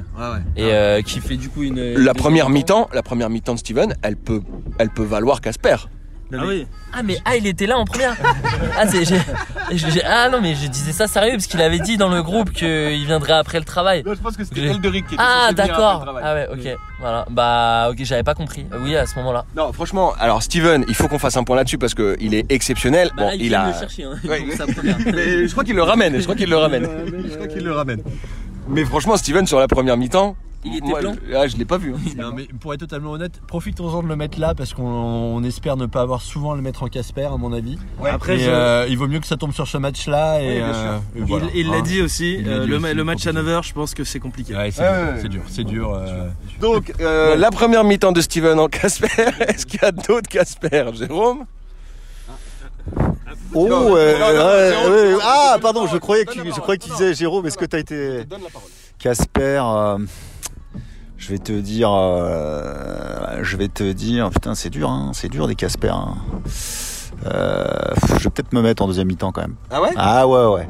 J: Et euh, qui fait du coup une.
F: La première mi-temps, la première mi-temps de Steven, elle peut, elle peut valoir Casper.
J: Ah oui. Ah mais ah il était là en première. ah, c'est- j'ai- j'ai- ah non mais je disais ça sérieux parce qu'il avait dit dans le groupe qu'il viendrait après le travail.
K: je pense que c'était
J: J'ai-
K: Elderic qui était
J: Ah
K: censé venir après
J: d'accord.
K: le travail.
J: Ah ouais ok voilà bah ok j'avais pas compris. Oui à ce moment là.
F: Non, franchement, alors Steven, il faut qu'on fasse un point là-dessus parce que il est exceptionnel.
J: Bah,
F: bon, Bah, hein. il, a. Ouais, mais- mais je crois qu'il le ramène. Je crois qu'il le ramène.
K: Je crois qu'il le ramène.
F: Mais franchement, Steven, sur la première mi-temps,
J: il
I: était
F: moi,
I: blanc.
F: je- ah, je l'ai pas vu. hein.
I: Non, mais pour être totalement honnête, profitons-en de le mettre là parce qu'on on espère ne pas avoir souvent à le mettre en Casper, à mon avis.
H: Ouais, après,
I: Et,
H: je-
I: euh, il vaut mieux que ça tombe sur ce match-là. Et,
H: Oui, bien sûr.
I: euh, et
H: Il-
I: voilà,
H: il l'a
I: hein.
H: dit aussi,
I: Il l'a
H: euh,
I: dit
H: le,
I: aussi,
H: ma- le match à 9h, je pense que c'est compliqué.
I: Ouais, c'est
F: Ouais,
I: dur,
F: ouais,
I: c'est dur, c'est dur. euh,
F: Donc, euh, la première mi-temps de Steven en Casper. Est-ce qu'il y a d'autres Casper, Jérôme
C: Oh,
F: Non, non,
C: euh,
F: non, non,
C: ouais,
F: Jérôme,
C: ouais.
F: Jérôme,
C: ah,
F: donne
C: pardon,
F: la
C: je croyais que
F: parole,
C: tu,
F: donne la
C: je croyais que tu disais Jérôme, est-ce que t'as été Casper euh, Je vais te dire, euh, je vais te dire, putain, c'est dur, hein, c'est dur des Casper. hein. Euh, pff, je vais peut-être me mettre en deuxième mi-temps quand même.
F: Ah ouais
C: Ah ouais, ouais.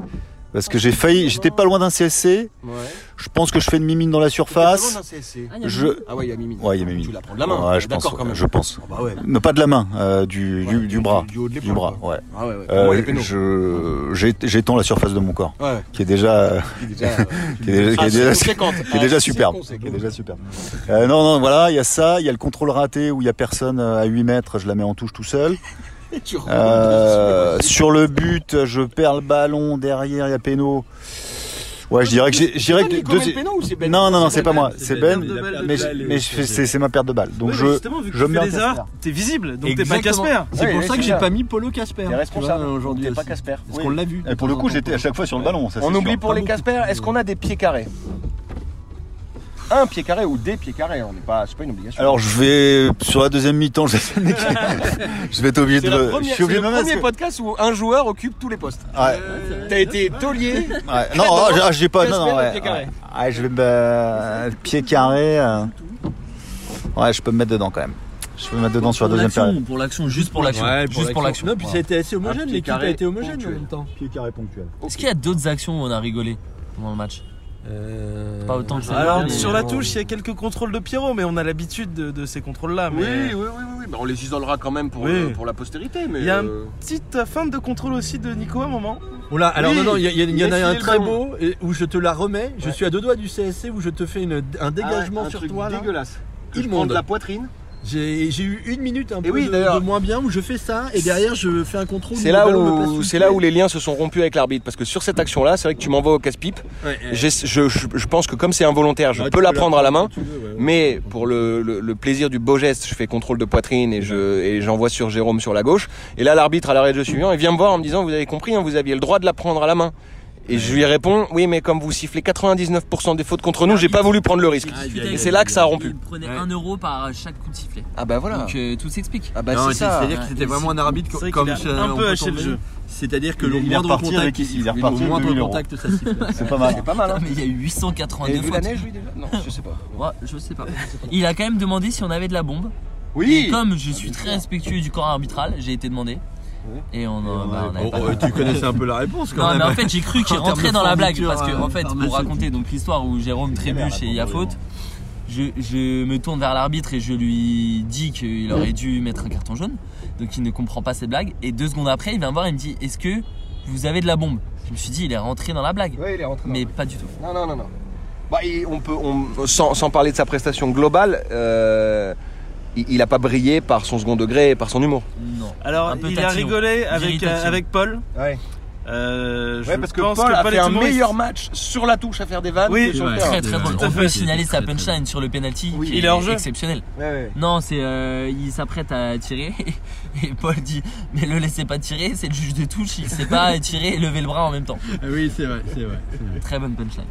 C: Parce que j'ai failli, j'étais pas loin d'un CSC. Je pense que je fais une mimine dans la surface. Je-
F: Ah ouais, il y a Mimi.
C: Ouais, il y a Mimi.
F: Tu la prends de la main.
C: Ouais, je pense.
F: D'accord, quand même.
C: Je pense.
F: Ah bah ouais.
C: Non, pas de la main, euh, du, du, du bras.
F: du haut de l'épaule,
C: bras, ouais.
F: Ah ouais, ouais.
C: Euh,
F: Pour les pénaux.
C: je- j'ai- J'étends la surface de mon corps.
F: Ouais.
C: Qui est déjà.
F: déjà,
C: qui est déjà- qui est
F: Ah,
C: déjà-
F: c'est conséquente.
C: qui
F: Ah,
C: est
F: c'est
C: déjà superbe.
F: conséquent.
C: Qui est déjà superbe. Euh, non, non, voilà, il y a ça, il y a le contrôle raté où il y a personne euh, à 8 mètres, je la mets en touche tout seul.
F: Oh, Tu roules.
C: Euh, sur le but, je perds le ballon, derrière il y a Péno. Ouais, je dirais que j'ai- je dirais que
F: C'est toi qui
C: deuxi-
F: commets le péno ou c'est Ben
C: Non non non,
F: C'est
C: c'est pas
F: Ben.
C: moi, c'est Ben,
H: de balle, de balle,
C: mais je-
H: et
C: mais
H: au
C: je
H: PSG.
C: fais- c'est c'est ma perte de balle. Donc
H: Ouais,
F: bah,
H: mais
C: je
H: justement, vu que
C: je
H: tu
C: mets
H: fais
C: en
H: des
C: Casper.
H: erreurs, t'es visible, donc t'es pas
C: Exactement.
H: Casper.
I: C'est
C: Ouais,
I: pour ça
C: ouais,
I: que
C: c'est
I: j'ai
C: ça.
I: pas mis Polo Casper.
C: T'es responsable,
I: tu vois, aujourd'hui.
F: t'es pas
I: aussi.
F: Casper.
I: Parce
F: Oui.
I: qu'on l'a vu.
C: Et pour le coup, j'étais à chaque fois sur le ballon. ça,
F: On
C: c'est
F: oublie
C: sûr.
F: pour les Casper, est-ce qu'on a des pieds carrés Un pied carré ou des pieds carrés, on n'est pas, c'est pas une obligation.
C: Alors je vais sur la deuxième mi-temps, je vais, je vais être obligé de.
F: c'est la
C: le- je
F: première-
C: suis
F: c'est
C: obligé
F: le
C: de me mettre.
F: premier podcast où un joueur occupe tous les postes. Euh,
C: parce que- Ouais.
F: T'as été taulier.
C: Ouais, Non, ah, j'ai- ah, j'ai pas. Non, non,
F: Casper,
C: ouais,
F: pied carré.
C: ouais. Ouais, je vais me. Pied carré. euh. Ouais, je peux me mettre dedans quand même. Je peux me mettre dedans sur la deuxième période.
J: Pour l'action juste pour l'action juste pour l'action.
I: Non, puis ça a été assez homogène,
F: pied
I: l'équipe a
F: carré
I: été homogène en
F: ponctuel.
I: même temps.
C: Pied carré ponctuel.
J: Est-ce qu'il y a d'autres actions où on a rigolé pendant le match Pas autant que ça.
H: Euh, Alors,
J: mais-
H: sur la touche, il y a quelques contrôles de Pierrot, mais on a l'habitude de, de ces contrôles-là. Mais
F: Oui, oui, oui, oui, oui, mais on les isolera quand même pour,
H: Oui.
F: euh, pour la postérité. Mais
H: Il y a un-
F: euh,
H: petite fin de contrôle aussi de Nico à un moment.
I: Oula, alors
H: Oui,
I: non, non, il y, a- il y a- il y en
H: laisse
I: a un
H: filer le
I: très
H: ballon.
I: beau et- où je te la remets. Je suis à deux doigts du CSC où je te fais une- un dégagement
F: ah ouais, un
I: sur
F: truc
I: toi. là.
F: dégueulasse.
I: Tout
F: Je
I: le
F: prends
I: monde.
F: de la poitrine.
I: J'ai j'ai eu une minute un peu
F: oui,
I: de,
F: d'ailleurs.
I: de moins bien où je fais ça et derrière je fais un contrôle.
F: C'est là, où, c'est là où les liens se sont rompus avec l'arbitre. Parce que sur cette action-là, c'est vrai que tu m'envoies au casse-pipe. J'ai- Je, je- je pense que comme c'est involontaire, je peux la prendre à la main. Mais pour le, le- le plaisir du beau geste, je fais contrôle de poitrine et, je, et j'envoie sur Jérôme sur la gauche. Et là, l'arbitre à l'arrêt de jeu suivant, il vient me voir en me disant Vous avez compris, hein, vous aviez le droit de la prendre à la main. Et je lui réponds Oui, mais comme vous sifflez 99% des fautes contre nous, j'ai pas voulu prendre le risque. Et c'est là que ça a rompu.
J: Il prenait 1 euro par chaque coup de sifflet.
F: Ah bah voilà.
J: Donc euh, tout s'explique.
F: Ah bah c'est ça.
J: c'est-à-dire que c'était vraiment
I: un arbitre
H: C'est vrai comme qu'il a ça, un on peu peut haché le tomber. jeu.
I: C'est-à-dire que
C: Il
I: le
C: est- il est
I: moindre
C: reparti
I: contact,
C: avec- il est
I: le
C: reparti avec
I: moindre
C: 2000 euros.
I: contact, ça siffle.
C: C'est pas mal.
F: C'est pas mal. hein.
J: Putain, mais il y a eu
F: Et
J: 882
F: vu la
J: fautes.
F: neige, lui déjà Non, je sais pas.
J: Ouais, je sais pas. Il a quand même demandé si on avait de la bombe. Et
F: Oui
J: comme je suis très respectueux du corps arbitral, j'ai été demandé. Et on en bah, on avait pas.
I: Oh, tu connaissais un peu la réponse
J: Non, mais en fait, j'ai cru qu'il
I: En termes
J: rentrait
I: de
J: dans la blague
I: fourniture,
J: parce que,
I: euh,
J: en fait, pour
I: pharmaceutique.
J: raconter donc l'histoire où Jérôme trébuche et il y a faute, je, je me tourne vers l'arbitre et je lui dis qu'il aurait dû mettre un carton jaune. Donc, il ne comprend pas cette blague. Et deux secondes après, il vient me voir et il me dit Est-ce que vous avez de la bombe Je me suis dit, il est rentré dans la blague.
F: Ouais, il est rentré dans
J: Mais pas du tout.
F: Non, non, non, non. Bah, et on peut, on- sans, sans parler de sa prestation globale, euh, il n'a pas brillé par son second degré et par son humour.
J: Non.
H: Alors,
J: Un peu
H: il a
J: tatillon.
H: rigolé avec,
J: Irritation.
H: euh, avec Paul.
F: Ouais.
H: Euh, je
F: parce que
H: pense
F: Paul
H: que
F: a
H: Paul
F: fait
H: est
F: un
H: humoriste.
F: meilleur match sur la touche à faire des vannes
H: Oui,
F: que sur
I: ouais.
F: le terrain.
J: Très très drôle.
H: Tout à
J: On
H: fait,
J: peut
H: c'était
J: signaler sa
I: très, très
J: punchline sur le penalty
F: Oui,
J: qui
H: il est hors jeu.
J: exceptionnel.
F: Ouais, ouais.
J: Non, c'est euh, il s'apprête à tirer et Paul dit mais le laissez pas tirer, c'est le juge de touche, il sait pas tirer et lever le bras en même temps.
I: Ah Oui, c'est vrai, c'est vrai.
J: Très bonne punchline.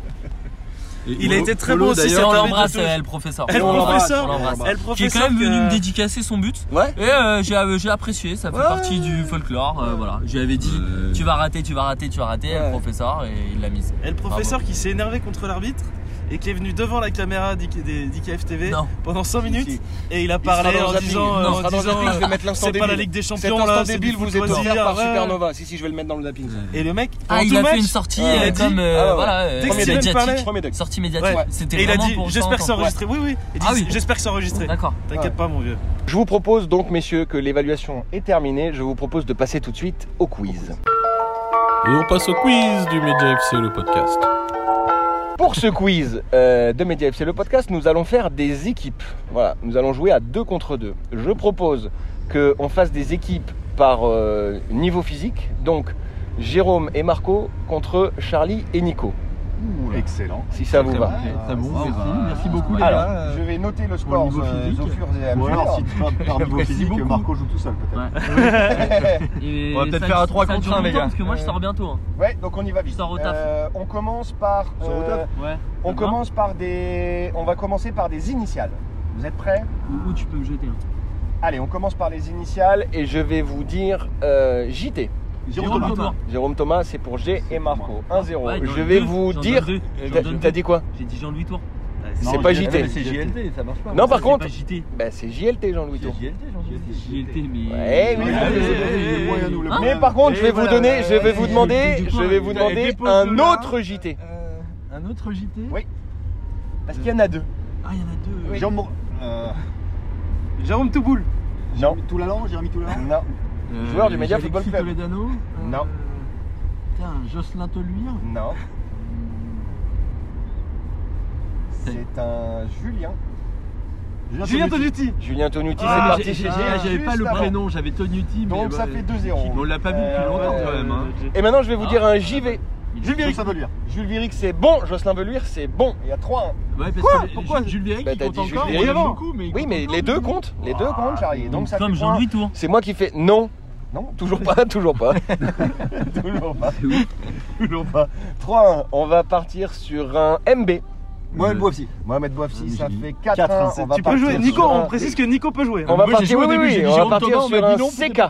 H: Il a été très beau aussi,
J: Et
H: cet
J: on
H: arbitre de
J: l'embrasse,
H: touche.
J: euh, le professeur.
H: Elle
J: On l'embrasse,
H: professeur.
J: on l'embrasse.
H: Elle
J: Qui est quand
H: professeur
J: même venu
H: que-
J: me dédicacer son but.
F: Ouais.
J: Et euh, j'ai euh, j'ai apprécié, ça fait
F: Ouais.
J: partie du folklore. euh, voilà, je lui avais dit
I: Euh,
J: tu vas rater, tu vas rater, tu vas rater,
F: Ouais.
J: le professeur et il l'a mise.
H: Et le professeur qui s'est énervé contre l'arbitre et qui est venu devant la caméra d'IK- des- d'IKF TV
J: Non.
H: pendant 5 minutes
F: Si.
H: et il a
F: sera
H: parlé
F: dans le
H: en
F: zapping.
H: disant,
F: Non,
H: euh,
F: il
H: en
F: sera dans le
H: disant,
F: zapping, je vais mettre l'instant
H: c'est pas
F: débile.
H: la Ligue des
F: Cet
H: Champions là,
F: instant
H: c'est
F: débile
H: du foot
F: vous est
H: loisir,
F: offert par
H: ouais.
F: Supernova. Si, si, je vais le mettre dans le zapping.
H: Et le mec,
J: Ah,
H: en
J: il
H: tout
J: a fait
H: match,
J: une sortie
H: il a
J: euh,
H: dit-
J: comme euh,
F: ah ouais.
J: voilà, euh,
H: Dès que Steven parlait-
J: médiatique.
F: Premier deck.
J: Sortie médiatique.
H: Ouais.
J: C'était
H: Et il a
J: vraiment
H: dit
J: pour
H: j'espère que c'est
J: s'entendre.
H: enregistré. Oui, oui. Il dit,
J: Ah oui.
H: J'espère que c'est enregistré.
J: D'accord.
H: T'inquiète
F: Ouais.
H: pas, mon vieux.
L: Je vous propose donc, messieurs, que l'évaluation est terminée. Je vous propose de passer tout de suite au quiz.
G: Et on passe au quiz du Média FC, le podcast.
L: Pour ce quiz euh, de Media FC, le podcast, nous allons faire des équipes. Voilà, nous allons jouer à deux contre deux. Je propose qu'on fasse des équipes par euh, niveau physique. Donc, Jérôme et Marco contre Charlie et Nico.
F: Excellent.
L: Si ça vous va.
F: Ça vous va.
L: merci beaucoup,
F: les
J: hein,
L: Alors,
F: gars. Je vais noter le score
L: niveau
F: euh,
L: physique.
F: au fur et à
L: Ou
F: mesure.
L: alors, si tu parles par niveau
F: J'apprécie
L: physique,
F: beaucoup.
L: Marco
F: joue tout seul
L: peut-être.
J: Et
F: On va peut-être
J: ça-
F: faire un trois
J: ça
F: contre
J: dure
F: un, les
J: longtemps,
F: gars.
J: Parce que moi je sors bientôt. hein.
F: Ouais, donc on y va vite.
J: sors au taf.
F: Euh, on commence par.
J: au
F: euh,
J: taf Ouais.
F: On
J: Ça te
F: commence par des. On va commencer par des initiales. Vous êtes prêts
J: Où tu peux me jeter
F: Allez, on commence par les initiales et je vais vous dire euh, JT.
L: Jérôme Jérôme Thomas. Thomas.
F: Jérôme Thomas, c'est pour G et Marco. 1-0.
J: Ouais, j'en
F: je
J: ai
F: vais
J: deux,
F: vous
J: j'en
F: dire.
J: donne deux, j'en
F: T'as-
J: donne
F: T'as
J: deux.
F: dit quoi
J: J'ai dit Jean-Louis Tour.
F: C'est pas JT. Non, par contre, bah, c'est JLT Jean-Louis Tour.
J: JLT, mais.
F: Eh oui,
J: Ah.
F: mais par contre, je vais vous donner, je vais vous demander, je vais vous demander un autre JT.
I: Un autre JT
F: Oui. Parce qu'il y en a deux.
I: Ah, il y en a deux.
F: Oui.
I: Jérôme Touboul.
F: Non.
I: Toulalan, Jérémy Toulalan
F: Non.
I: Euh,
F: Joueur du Média Football Club.
I: Toledano euh,
F: Non.
I: Putain, Jocelyn Toluire
F: Non. C'est un Julien.
I: Julien Tonuti
F: Julien Tonuti,
I: Ah,
F: c'est
I: j'ai-
F: parti.
I: j'ai- J'avais pas le
F: Juste avant.
I: prénom, j'avais Tonuti, mais.
F: Donc ça
I: bah,
F: fait 2-0.
I: On l'a pas vu depuis
F: Euh,
I: longtemps quand même. hein.
F: Et maintenant, je vais vous dire un JV. Jules Viric.
I: Jocelyn Beluire.
F: Jules Viric, c'est bon. Jocelyn Beluire, c'est bon. Il y a 3-1.
I: Ouais, parce
F: Quoi
I: que
F: Pourquoi
I: Jules Véric,
F: Bah,
I: il
F: t'as
I: compte
F: dit Jules
I: encore.
F: Viric.
I: Il compte beaucoup, mais il
F: Oui,
I: compte
F: mais
I: encore,
F: les deux
I: Jules Viric.
F: comptent. Les deux comptent, Charlie. Donc ça
J: Comme
F: fait point.
J: Jean-Louis Tour.
F: C'est moi qui fais non. Non, toujours pas, toujours pas. toujours pas. toujours pas. 3-1. On va partir sur un MB.
I: Mohamed
F: Bouafsi. Euh, Mohamed Bouafsi, ça fait 4-1. On va
I: Tu peux
F: partir
I: jouer,
F: sur
I: Nico,
F: un-
I: on précise que Nico peut jouer.
F: On va partir, oui, oui, oui, on va partir sur un CK.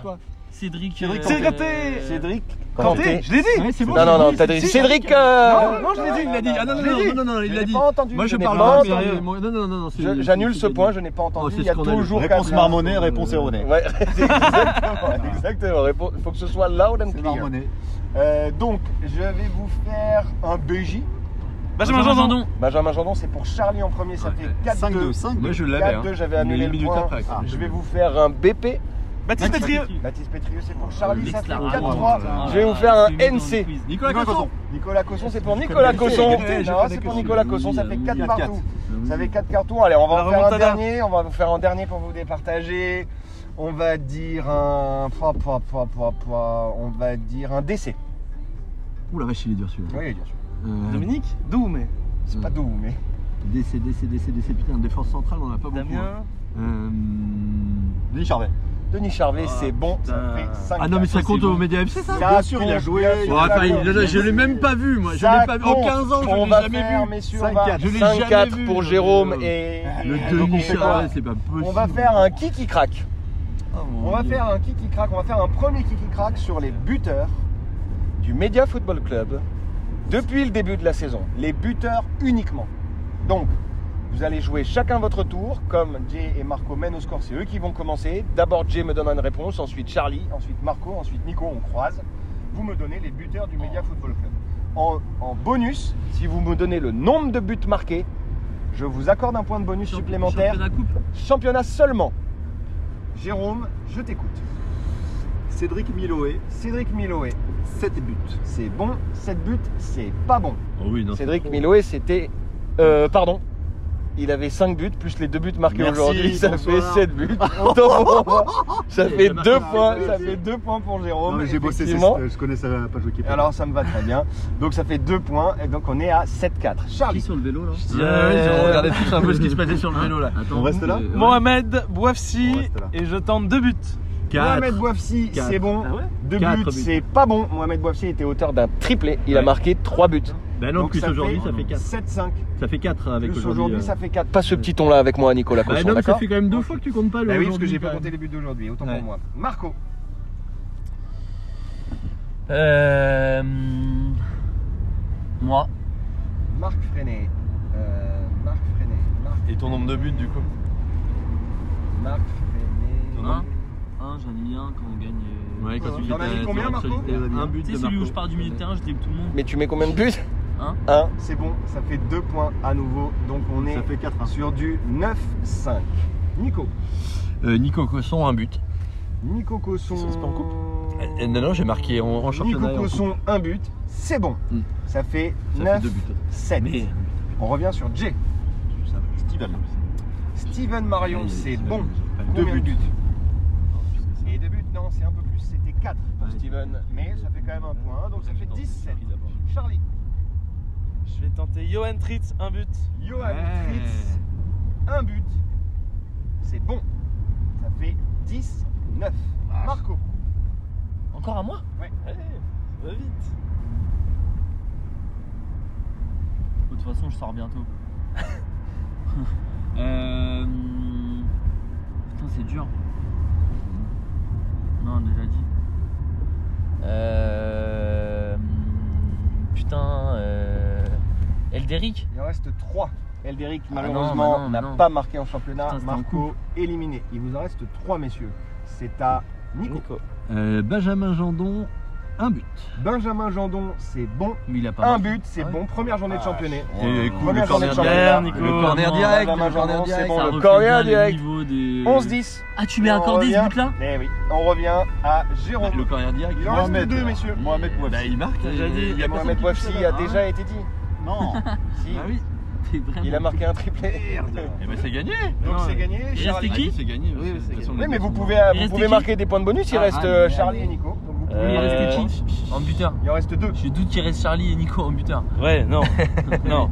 J: Cédric.
I: Cédric
J: euh,
I: Kanté.
F: Cédric
I: Kanté.
F: Kanté.
I: Je l'ai dit. Ouais, c'est bon,
F: Non,
I: je
F: non,
I: l'ai
F: non,
I: dit,
F: t'as
I: c'est
F: dit
I: Cédric.
F: Cédric.
I: Non, non, je l'ai dit, il l'a dit. Ah, non,
F: Je
I: non,
F: l'ai
I: non, non, non, il
F: Je
I: l'a
F: n'ai
I: dit.
F: pas entendu,
I: Moi, je
F: n'ai
I: parle
F: pas
I: pas, mais
F: entendu.
I: rien. Moi, non, non, non, non, c'est-
F: Je-
I: c'est-
F: J'annule
I: c'est
F: ce
I: gagné.
F: point, je n'ai pas
I: Oh,
F: entendu.
I: c'est
F: Il y a
I: scandaleux.
F: toujours
I: Réponse
F: 4-1.
I: marmonnée, réponse erronée.
F: Ouais, c'est exactement. exactement. Répo- Faut que ce soit loud and clear. Euh, donc, je vais vous faire un BJ.
H: Benjamin Benjamin Jandon. Jandon.
F: Benjamin Jandon, c'est pour Charlie en premier, ça fait 4-2.
C: 5-2, 5-2.
F: Moi, je
C: l'avais, hein.
F: 4-2, j'avais
C: Mais
F: annulé
C: une
F: le
C: minute
F: point. Ah,
C: après, ça.
F: Je vais vous faire un BP.
C: Baptiste Pétrieux.
F: Baptiste Pétrieux, c'est pour Charlie, ça fait
C: L'extra-
F: 4-3.
C: Ah,
F: Je vais vous faire un NC.
C: Nicolas Nicolas Cosson. Cosson.
F: Nicolas Cosson, c'est pour Nicolas
C: connais
F: Cosson.
C: Cosson. Eh, je
F: Non,
C: connais
F: c'est pour
C: Cosson.
F: Nicolas Cosson, ça
C: Oui,
F: fait
C: oui,
F: 4
C: oui.
F: partout.
C: Oui.
F: Ça fait 4 cartons. Allez, on va
C: La
F: vous faire un
C: remontada.
F: dernier. On va vous faire un dernier pour vous départager. On va dire un. pouah, pouah, pouah, pouah, pouah. On va dire un décès.
I: Ouh la vache, il est dur celui-là. Euh,
F: Oui, il est dur
I: Dominique D'où, mais
F: C'est
I: Hmm.
F: pas d'où, mais.
I: DC, DC, DC, DC, putain, défense centrale, on en a pas beaucoup. hein. Euh,
F: Denis Charvet. Denis Charvet, c'est bon. Ça fait 5
I: Ah non, mais ça compte au Média FC, ça
F: Bien sûr, il a joué.
I: Ouais,
F: il a
I: enfin,
F: joué.
I: Oh, il- je l'ai même pas vu, moi. Je
F: Ça
I: l'ai pas vu. En
F: compte.
I: 15 ans, je
F: On
I: l'ai
F: va
I: jamais
F: faire,
I: vu.
F: messieurs, on va-
I: 5-4. Je l'ai
F: 5-4
I: jamais vu.
F: pour
I: je-
F: Jérôme et.
I: Le
F: Donc, on
I: Denis
F: fait quoi
I: Charvet, c'est pas possible.
F: On va faire un qui qui craque. on va faire un qui qui craque. On va faire un premier qui qui craque sur les buteurs du Media Football Club depuis le début de la saison. Les buteurs uniquement. Donc, vous allez jouer chacun votre tour. Comme Jay et Marco mènent au score, c'est eux qui vont commencer. D'abord, Jay me donne une réponse, ensuite Charlie, ensuite Marco, ensuite Nico, on croise. Vous me donnez les buteurs du Media Football Club. En, en bonus, si vous me donnez le nombre de buts marqués, je vous accorde un point de bonus supplémentaire.
J: championnat coupe.
F: Championnat seulement. Jérôme, je t'écoute.
C: Cédric Miloé,
F: Cédric Miloé,
C: 7 buts.
F: c'est bon. 7 buts, c'est pas bon.
I: Oh oui, non.
F: Cédric Miloé, c'était. euh, pardon. Il avait 5 buts, plus les 2 buts marqués
C: Merci,
F: aujourd'hui. Ça fait
C: bonsoir.
F: 7 buts. Autant pour moi. Ça
I: Il
F: fait
I: a marqué
F: 2
I: un
F: points.
I: but.
F: Ça fait 2 points pour
C: Non,
F: Jérôme.
C: mais j'ai bossé, c'est-
F: effectivement.
C: je connais ça, page Wikipédia.
F: Alors ça me va très bien. Donc ça fait 2 poins. Et donc on est à 7-4. Charlie.
J: sur le vélo là
I: Ouais, ouais, on regardait tous un peu ce qui se passait sur le vélo là.
C: on reste là
H: Mohamed Bouafsi
C: On reste là.
H: et je tente deux buts.
F: Mohamed Bouafsi,
I: Quatre.
F: c'est bon.
I: Ah ouais
F: 2
I: Quatre
F: buts,
I: buts.
F: c'est pas bon. Mohamed Bouafsi était auteur d'un triplé. Il a
I: Ouais.
F: marqué 3 buts.
I: Bah non,
F: Donc,
I: plus
F: ça
I: aujourd'hui,
F: fait-
I: ça fait 4.
F: 7-5.
I: Ça fait 4 avec
F: Plus
I: aujourd'hui.
F: aujourd'hui,
I: euh.
F: ça fait 4. Pas ce petit ton là avec moi, Nicolas
I: Bah
F: Cosson,
I: non, mais ça
F: d'accord
I: fait quand même deux fois que tu comptes pas le
F: Bah oui, parce que
I: aujourd'hui,
F: j'ai
I: quand
F: pas
I: même.
F: compté les buts d'aujourd'hui, autant
I: Ouais.
F: pour moi. Marco,
J: Euh. hum, Moi.
F: Marc Freinet. Euh, Marc Freinet. Marc,
L: Et ton nombre de buts, du coup
F: Marc Freinet.
J: Un. Un, j'en ai mis un quand on gagne. euh,
I: Ouais, quand tu
F: T'en as mis
I: fais ta-
F: combien,
I: ton
F: Marco
I: solitaire. Un but
J: Tu
I: de
J: sais, celui où je
I: Marco.
J: pars du milieu de terrain, je dribble tout le monde.
F: Mais tu mets combien de buts
J: Un.
F: 1, c'est bon, ça fait 2
L: hein.
F: points à nouveau. Donc on est
C: Ça fait 4
F: sur du 9-5. Nico,
I: Euh, Nico Cosson, un but.
F: Nico Cosson. C'est pas en coupe
I: Euh, non, non, j'ai marqué en, en championnat.
F: Nico
I: et en
F: Cosson,
I: coupe. Hmm.
F: un but. C'est bon. Ça fait
I: Ça fait
F: 9,
I: deux buts. euh,
F: 7. On revient sur J. Steven. Steven Marion, c'est
I: euh,
F: bon.
C: Deux
F: Combien de
C: buts.
F: Et deux buts, non, c'est un peu plus. C'était 4 pour Steven. Mais ça fait quand même un point. Donc ça fait 17. Charlie.
H: Je vais tenter Johan Tritz, un but.
F: Johan Fritz, un but. C'est bon. Ça fait 10, 9. Marco.
J: Encore à moi
F: Ouais.
H: va vite.
J: De toute façon, je sors bientôt. Euh, Putain, c'est dur. Non, déjà dit. Euh, Putain. Euh... Elderic
F: Il en reste 3. Elderic,
J: Ah non, bah
F: malheureusement,
J: non,
F: n'a
J: bah non.
F: pas marqué en championnat.
J: Putain, c'était en
F: Marco, éliminé. Il vous en reste 3, messieurs. C'est à Nico.
I: Euh, Benjamin Jandon, un but.
F: Benjamin Jandon, c'est bon.
I: Mais il a pas
F: Un
I: marqué.
F: but, c'est bon. Première journée de championnat.
J: euh,
I: Et écoute,
F: Première
I: le
F: journée
I: corner
F: de
I: derrière,
F: championnat.
I: Nico.
J: Oh,
I: Le corner direct,
F: Benjamin
I: le corner
F: Jandon, c'est
I: direct,
F: bon.
I: ça
F: Le
I: reflète
F: corner
I: bien le
F: direct.
I: niveau des-
F: 11-10.
J: Ah, tu mets
F: Et on
J: accordé ce
F: revient-
J: but-là
F: Eh oui. On revient à Jérôme.
I: Oh, Le corner direct.
F: Il en reste deux, messieurs.
I: Mohamed Bah, il marque.
F: Déjà dit,
I: il y a personne
F: Mohamed
I: qui touche
F: Wafsi
I: la
F: a
I: barre,
F: déjà
I: hein. Ah
F: été dit. Non. si.
I: oui.
F: Il a marqué un triplé.
I: Eh ben, c'est gagné.
F: Donc
I: Non,
F: c'est gagné.
I: et
F: Charlie.
I: C'est qui C'est gagné.
J: hein,
I: Oui, c'est
F: Oui, mais vous pouvez, vous pouvez marquer des points de bonus. Il
J: Ah,
F: reste
J: ah,
F: euh,
J: mais-
F: Charlie et Nico. Donc vous pouvez
J: Euh,
F: marquer des points.
J: En buteur.
F: Il en reste deux.
J: Je doute qu'il reste Charlie et Nico en buteur.
H: Ouais, non. non.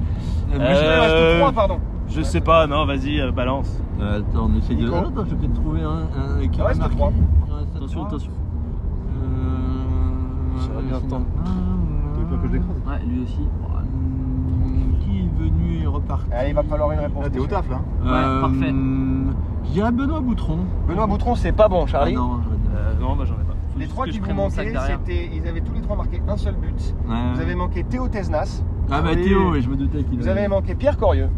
F: Il en reste
H: Euh,
F: trois, pardon.
H: Je sais pas, non, vas-y, euh, balance.
I: Attends, on essaie de.
F: Nico.
I: Attends, je vais peut-être trouver un, un qui
F: Il en
I: va
F: reste
I: marquer.
F: Ah trois.
I: Il en reste
J: Attention,
I: trois.
J: attention.
I: Euh,
F: J'aurais bien le temps.
I: Tu veux pas que je l'écrase
J: Ouais, lui aussi.
I: mm, Qui est venu et reparti Euh,
F: Allez, il va falloir une réponse. Là, t'es au taf, là.
J: Ouais, parfait.
I: mm, Je dirais Benoît Boutron.
F: Benoît Boutron, c'est pas bon, Charlie.
I: Ah non, j'aurais dit-
H: Euh, non, bah j'en ai pas.
F: Les
J: juste
F: trois
J: que
F: qui
J: je
F: vous
J: prenne mon sac
F: manquaient,
J: derrière.
F: c'était, ils avaient tous les trois marqué un seul but.
I: Ouais.
F: Vous avez manqué Théo Tesnas,
I: Ah bah
H: Oui.
I: Théo, ouais, je me doutais qu'il
F: vous
I: avait-
F: avez manqué Pierre Corieux,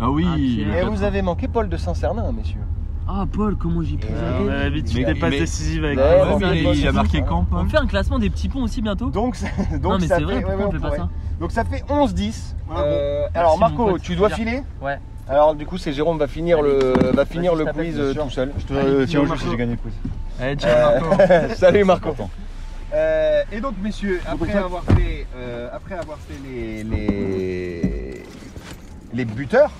I: Ah oui
J: Ah, Pierre.
F: et vous avez manqué Paul de Saint-Cernin, messieurs.
J: Ah, Paul, comment j'y peux
F: Euh,
H: On a l'habitude
M: Mais-
H: des passes
M: mais-
H: décisives avec
F: Ouais,
I: Ouais,
F: bon,
I: mais il,
F: bon,
I: il a
F: bon,
I: marqué
F: bon.
I: quand
J: On
I: Paul
J: fait un classement des petits ponts aussi bientôt
F: Donc, ça- donc
J: Non, mais
F: ça
J: c'est vrai,
F: fait, ouais,
J: pourquoi
F: ouais,
J: on fait pas
F: pourrait.
J: ça
F: Donc ça fait 11-10. Euh,
I: Ah,
J: Merci,
F: alors
J: mon
F: Marco,
J: pote,
F: tu dois
J: bien.
F: filer
J: Ouais.
F: Alors du coup, c'est Jérôme va finir le va finir le quiz euh, tout seul.
C: Je te
J: Allez,
C: tiens au
J: Marco.
C: jeu si j'ai gagné le quiz.
J: Allez, ciao, Marco.
F: Salut Marco. Euh, et donc messieurs, après avoir fait, euh, après avoir fait les, les, les buteurs,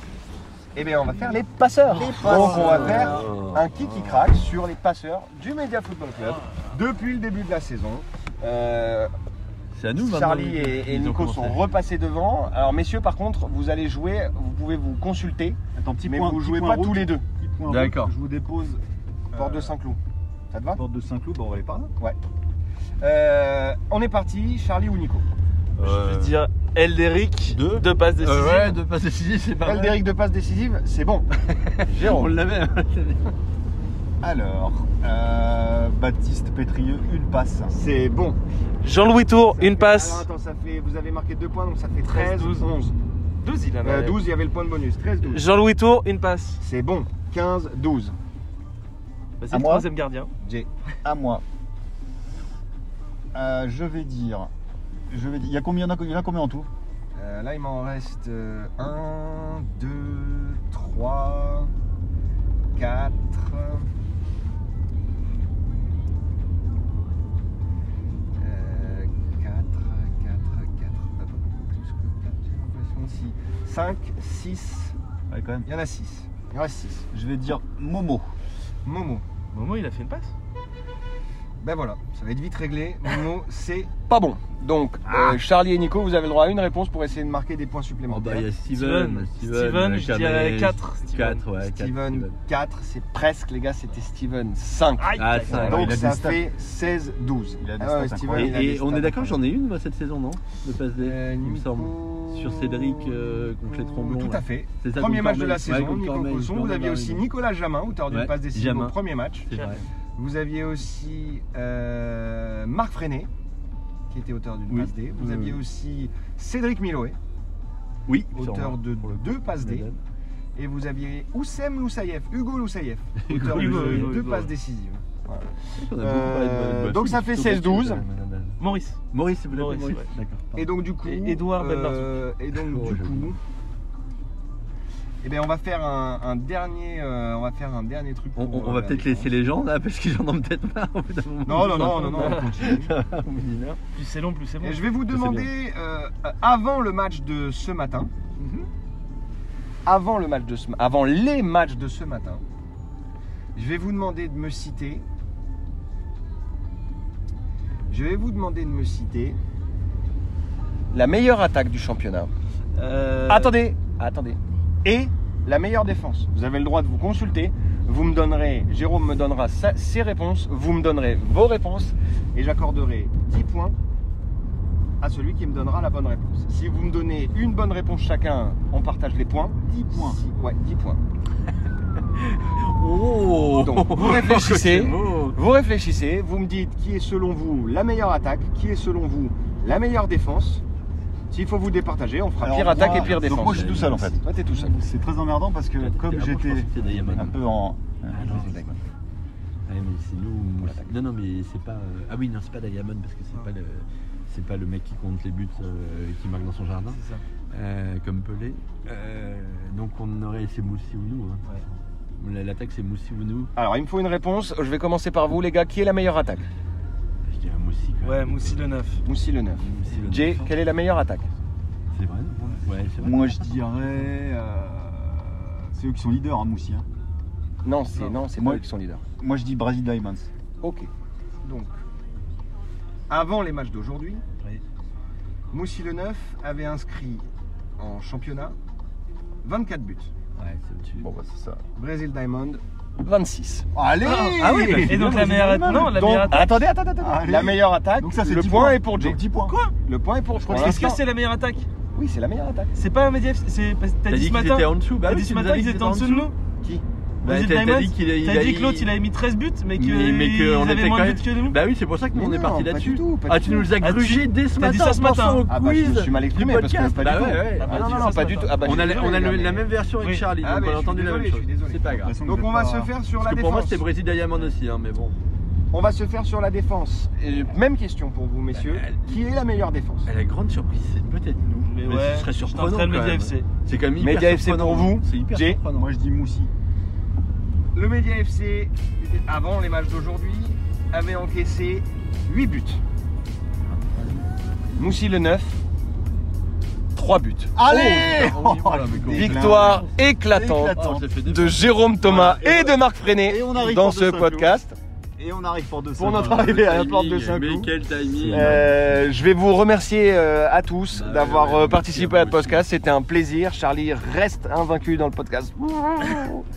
F: eh bien on va faire les passeurs. donc on va faire un kick qui craque sur les passeurs du Media Football Club depuis le début de la saison. Euh,
I: C'est à nous maintenant.
F: Charlie et, et Nico sont repassés devant. Alors messieurs par contre, vous allez jouer, vous pouvez vous consulter, Attends, petit mais point- vous petit jouez point pas route. tous les deux. Petit point
I: D'accord.
F: route, Je vous dépose euh, Porte de Saint-Cloud. Ça te va Porte de Saint-Cloud, on va aller par
C: là.
F: Ouais. Euh, on est parti, Charlie ou Nico
H: Je vais dire Elderic,
I: euh, deux.
H: deux passes décisives.
I: Euh, ouais, de passer ici, c'est pas mal.
F: Elderic de passe décisive, c'est bon.
I: On
F: Jérôme.
I: l'avait. hein.
C: Alors, euh, Baptiste Pétrieux, une passe.
F: C'est bon.
H: Jean-Louis Tour,
F: Ça
H: une
F: fait- Alors,
H: passe.
F: attends, ça fait, vous avez marqué deux points, donc ça fait 13,
H: 13,
F: 12,
H: 12.
F: 11.
H: 12, il en a.
F: Euh, 12, il y avait le point de bonus. 13, 12.
H: Jean-Louis Tour, une passe.
F: C'est bon. 15, 12.
H: Bah,
C: À
H: c'est le
C: moi
H: troisième gardien.
C: À moi. Euh, je vais dire. Je vais dire. Il y, a combien, il y en a- il y en a combien en tout
F: Euh, là, il m'en reste euh, 1, 2, 3, 4. Euh, 4, 4, 4. Pas beaucoup plus que 4, j'ai l'impression. Si. 5, 6.
C: Ouais, quand même.
F: Il y en a 6. Il en reste 6.
C: Je vais dire Momo.
F: Momo.
H: Momo, il a fait une passe.
F: Ben voilà, ça va être vite réglé. Momo, c'est pas bon. Donc, euh, Charlie et Nico, vous avez le droit à une réponse pour essayer de marquer des points
I: Oh
F: supplémentaires.
I: bah, il y a Steven.
H: Steven, Steven, je dirais quatre, Steven.
I: 4, ouais. quatre,
F: Steven 4, c'est presque, les gars, c'était Steven 5.
H: Aïe.
I: Ah, cinq,
F: Donc
I: il a
F: ça
I: des stats.
F: fait 16-12.
C: Il a des
F: Ah ouais,
C: stats
F: Steven, il a
I: Et,
F: des
I: et on
F: stats
I: est d'accord, j'en
F: incroyables.
I: ai une moi cette saison, non De passe des.
F: Euh,
I: il me
F: Nico-
I: semble. Sur Cédric, euh, contre les Tromblons,
F: Tout
I: là.
F: à fait.
I: C'est ça,
F: Premier
I: contre
F: match de la
I: Cormeil. Ouais,
F: saison,
I: contre
F: Nico
I: Cormeil,
F: Cosson.
I: je
F: Vous
I: me
F: aviez
I: rappelle,
F: aussi
I: oui.
F: Nicolas Jamin, auteur d'une
I: Ouais,
F: passe décisive au
I: Jamin.
F: premier match.
I: C'est vrai.
F: Vous aviez aussi euh, Marc Freinet, qui était auteur d'une
I: Oui.
F: passe D. Vous
I: Oui,
F: aviez
I: oui.
F: aussi Cédric Miloé,
I: Oui,
F: auteur de
I: pour le coup.
F: deux passes D.
I: Madame.
F: Et vous aviez Oussem Loussaïef, Hugo Loussaïef, auteur de
H: Hugo,
F: deux
H: Hugo, Hugo,
F: passes
H: ouais.
F: décisives. Voilà.
I: On a beaucoup parlé de Madame
F: Euh,
I: Boissy,
F: donc ça fait
I: plutôt que
F: 16-12.
I: de Madame.
H: Maurice.
I: bah, Maurice, vous l'avez
H: Maurice,
I: Maurice
H: ouais.
I: D'accord.
F: Et donc du coup,
H: Et Édouard
F: euh, et donc
I: Oh,
F: du
I: joli.
F: coup, Eh bien, on va faire un, un dernier, euh, on va faire un dernier truc. euh,
I: On, on- on va peut-être laisser les gens là parce qu'ils en ont peut-être marre au bout d'un moment.
F: Non, non, non, non, non, on continue.
H: Plus c'est long, plus c'est bon.
F: Et je vais vous
H: Ça, c'est bien. Mhm.
F: demander, euh, avant le match de ce matin, avant, le match de ce, avant les matchs de ce matin, je vais vous demander de me citer. Je vais vous demander de me citer la meilleure attaque du championnat.
N: Ah,
F: Attendez, Euh, attendez. Et la meilleure défense. Vous avez le droit de vous consulter. Vous me donnerez, Jérôme me donnera sa- ses réponses, vous me donnerez vos réponses et j'accorderai 10 points à celui qui me donnera la bonne réponse. Si vous me donnez une bonne réponse chacun, on partage les points. 10 points. ouais, 10 points.
I: Oh
F: Donc, vous réfléchissez, vous réfléchissez, vous me dites qui est selon vous la meilleure attaque, qui est selon vous la meilleure défense. S'il faut vous départager, on fera
C: Alors,
F: pire
C: moi-
F: attaque et pire défense.
C: Donc moi je suis tout seul en fait.
F: Toi t'es tout seul.
C: C'est très emmerdant parce que comme j'étais
F: Ah,
C: un peu en.
N: Ah, Ouais, Ah, mais c'est nous. Non, non, mais c'est pas. euh, Ah oui, non, c'est pas Diamond parce que
F: Ah.
N: c'est pas le. C'est pas le mec qui compte les buts euh, et qui marque dans son jardin, Euh, comme Pelé. Euh, donc on aurait c'est Moussi ou nous. hein. La- L'attaque c'est Moussi ou nous.
F: Alors il me faut une réponse, je vais commencer par vous les gars, qui est la meilleure attaque
N: Je dirais Moussi.
F: Ouais, Moussi le 9. Moussi le 9.
N: Moussi le
F: Jay, quelle est la meilleure attaque
N: C'est vrai. non Ouais, c'est vrai.
C: Moi je dirais. euh, c'est eux qui sont leaders, hein, Moussi. hein.
F: Non, c'est non, c'est
C: Moi-
F: pas eux qui sont leaders.
C: Moi je dis Brazil Diamonds.
F: Ok. Donc, avant les matchs d'aujourd'hui, Moussi le 9 avait inscrit en championnat 24 buts.
N: Ouais, c'est au-dessus.
C: Bon, bah, c'est ça.
F: Brésil Diamond, 26. Allez
H: Ah oui, bah, et donc la meilleure attaque. Non, la
F: Donc,
H: meilleure attaque.
F: Attendez, attendez, attendez.
H: Allez.
F: La meilleure attaque,
H: Donc ça, c'est
F: le
H: 10
F: point
H: points.
F: est pour Jay.
H: Donc 10 points. Quoi
F: Le point est
I: ah,
F: pour pour
H: Est-ce que
F: l'instant.
H: c'est la meilleure attaque
F: Oui, c'est la meilleure attaque.
H: C'est pas un média. c'est- parce que T'as
I: T'as
H: dit
I: dit
H: ce
I: qu'ils
H: matin.
I: étaient en dessous, bah
H: T'as
I: oui,
H: dit ce
I: tu nous
H: matin
I: as dit
H: qu'ils
I: qu'ils
H: étaient
I: étaient en
H: en dessous de nous
I: dessous.
F: Qui
I: Bah,
H: Vous êtes
I: t'as- t'as
H: Diamonds
I: dit qu'il a- il
H: T'as
I: a-
H: dit que l'autre il avait mis 13 buts, mais que.
I: Mais, mais
H: ils
I: qu'on
H: avaient
I: était
H: moins
I: quand
H: de
I: même.
H: buts que nous.
I: Bah oui, c'est pour ça que nous
H: Mais
I: on est
H: non,
I: parti
H: pas
I: là-dessus.
H: du tout, pas
I: ah,
H: du
I: tu
H: tout.
I: nous as
H: Ah, tu-
I: grugé dès ce
H: t'as
I: matin.
H: dit ça ce
I: en pensant
H: matin.
I: Au
F: Ah bah, je
I: quiz
F: me suis mal exprimé,
I: du
F: parce que
I: podcast.
F: pas du tout.
I: Bah ouais, ouais.
F: Ah,
I: Bah
F: non,
I: non,
F: non,
I: non,
F: pas du tout. Ah bah,
I: on a,
F: je
I: la-
F: suis
I: on a le-
F: désolé,
I: la
F: mais-
I: même version avec
F: Oui.
I: Charlie,
F: Ah,
I: donc
F: mais
I: on
F: je
I: a
F: suis
I: entendu la
F: désolé,
I: même
F: je
I: chose.
F: suis désolé.
I: C'est pas grave.
F: Donc, on va se faire sur la
I: Parce que Pour moi,
F: défense.
I: c'était Brésil Diamond aussi, hein, mais bon.
F: On va se faire sur la défense. Et Même question pour vous, messieurs. Qui est la meilleure défense
I: La grande surprise, c'est peut-être nous. Mais,
F: ouais,
I: ce serait
F: je
I: surprenant.
F: tenterai le
I: quand
F: Média
I: même.
F: FC.
I: C'est quand même hyper
F: Média FC
I: surprenant.
F: pour vous
I: C'est hyper
F: Jay
I: surprenant.
C: Moi je dis Moussi.
F: Le Média FC, avant les matchs d'aujourd'hui, avait encaissé 8 buts. Moussi le 9, 3 buts.
C: Allez
F: Oh, Victoire éclatante
C: Éclatante.
F: de Jérôme Thomas et de Marc Freinet
C: Et on arrive
F: dans
C: pour
F: ce
C: Saint-Cloud.
F: podcast.
C: Et on arrive pour deux
F: Pour notre arrivée à la porte de
C: saint
F: Saint-Cloud.
I: Quel timing
F: Euh, je vais vous remercier euh, à tous d'avoir euh, participé à, ce podcast. C'était un plaisir. Charlie reste invaincu dans le podcast.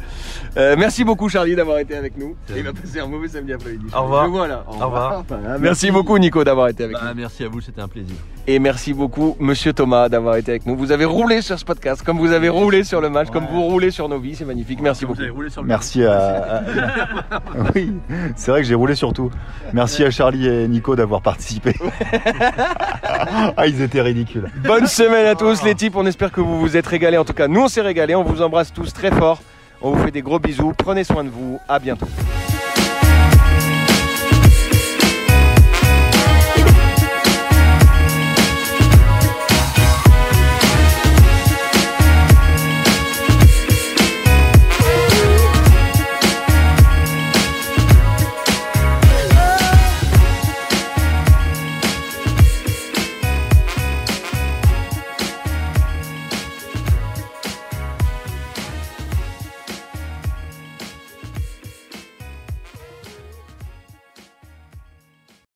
F: Euh, merci beaucoup Charlie d'avoir été avec nous. Il a passé un mauvais samedi après-midi.
N: Au revoir.
F: Je vois, là.
N: Au revoir.
F: Merci beaucoup Nico d'avoir été avec nous.
N: Bah, merci à vous, c'était un plaisir.
F: Et merci beaucoup Monsieur Thomas d'avoir été avec nous. Vous avez roulé sur ce podcast, comme vous avez roulé sur le match, comme vous roulez sur nos vies. C'est magnifique. Merci beaucoup.
C: Merci à. oui, c'est vrai que j'ai roulé sur tout. Merci à Charlie et Nico d'avoir participé. ah, ils étaient ridicules.
F: Bonne semaine à
N: Oh.
F: tous les types, on espère que vous vous êtes régalés. En tout cas, nous on s'est régalés, on vous embrasse tous très fort. On vous fait des gros bisous, prenez soin de vous, à bientôt.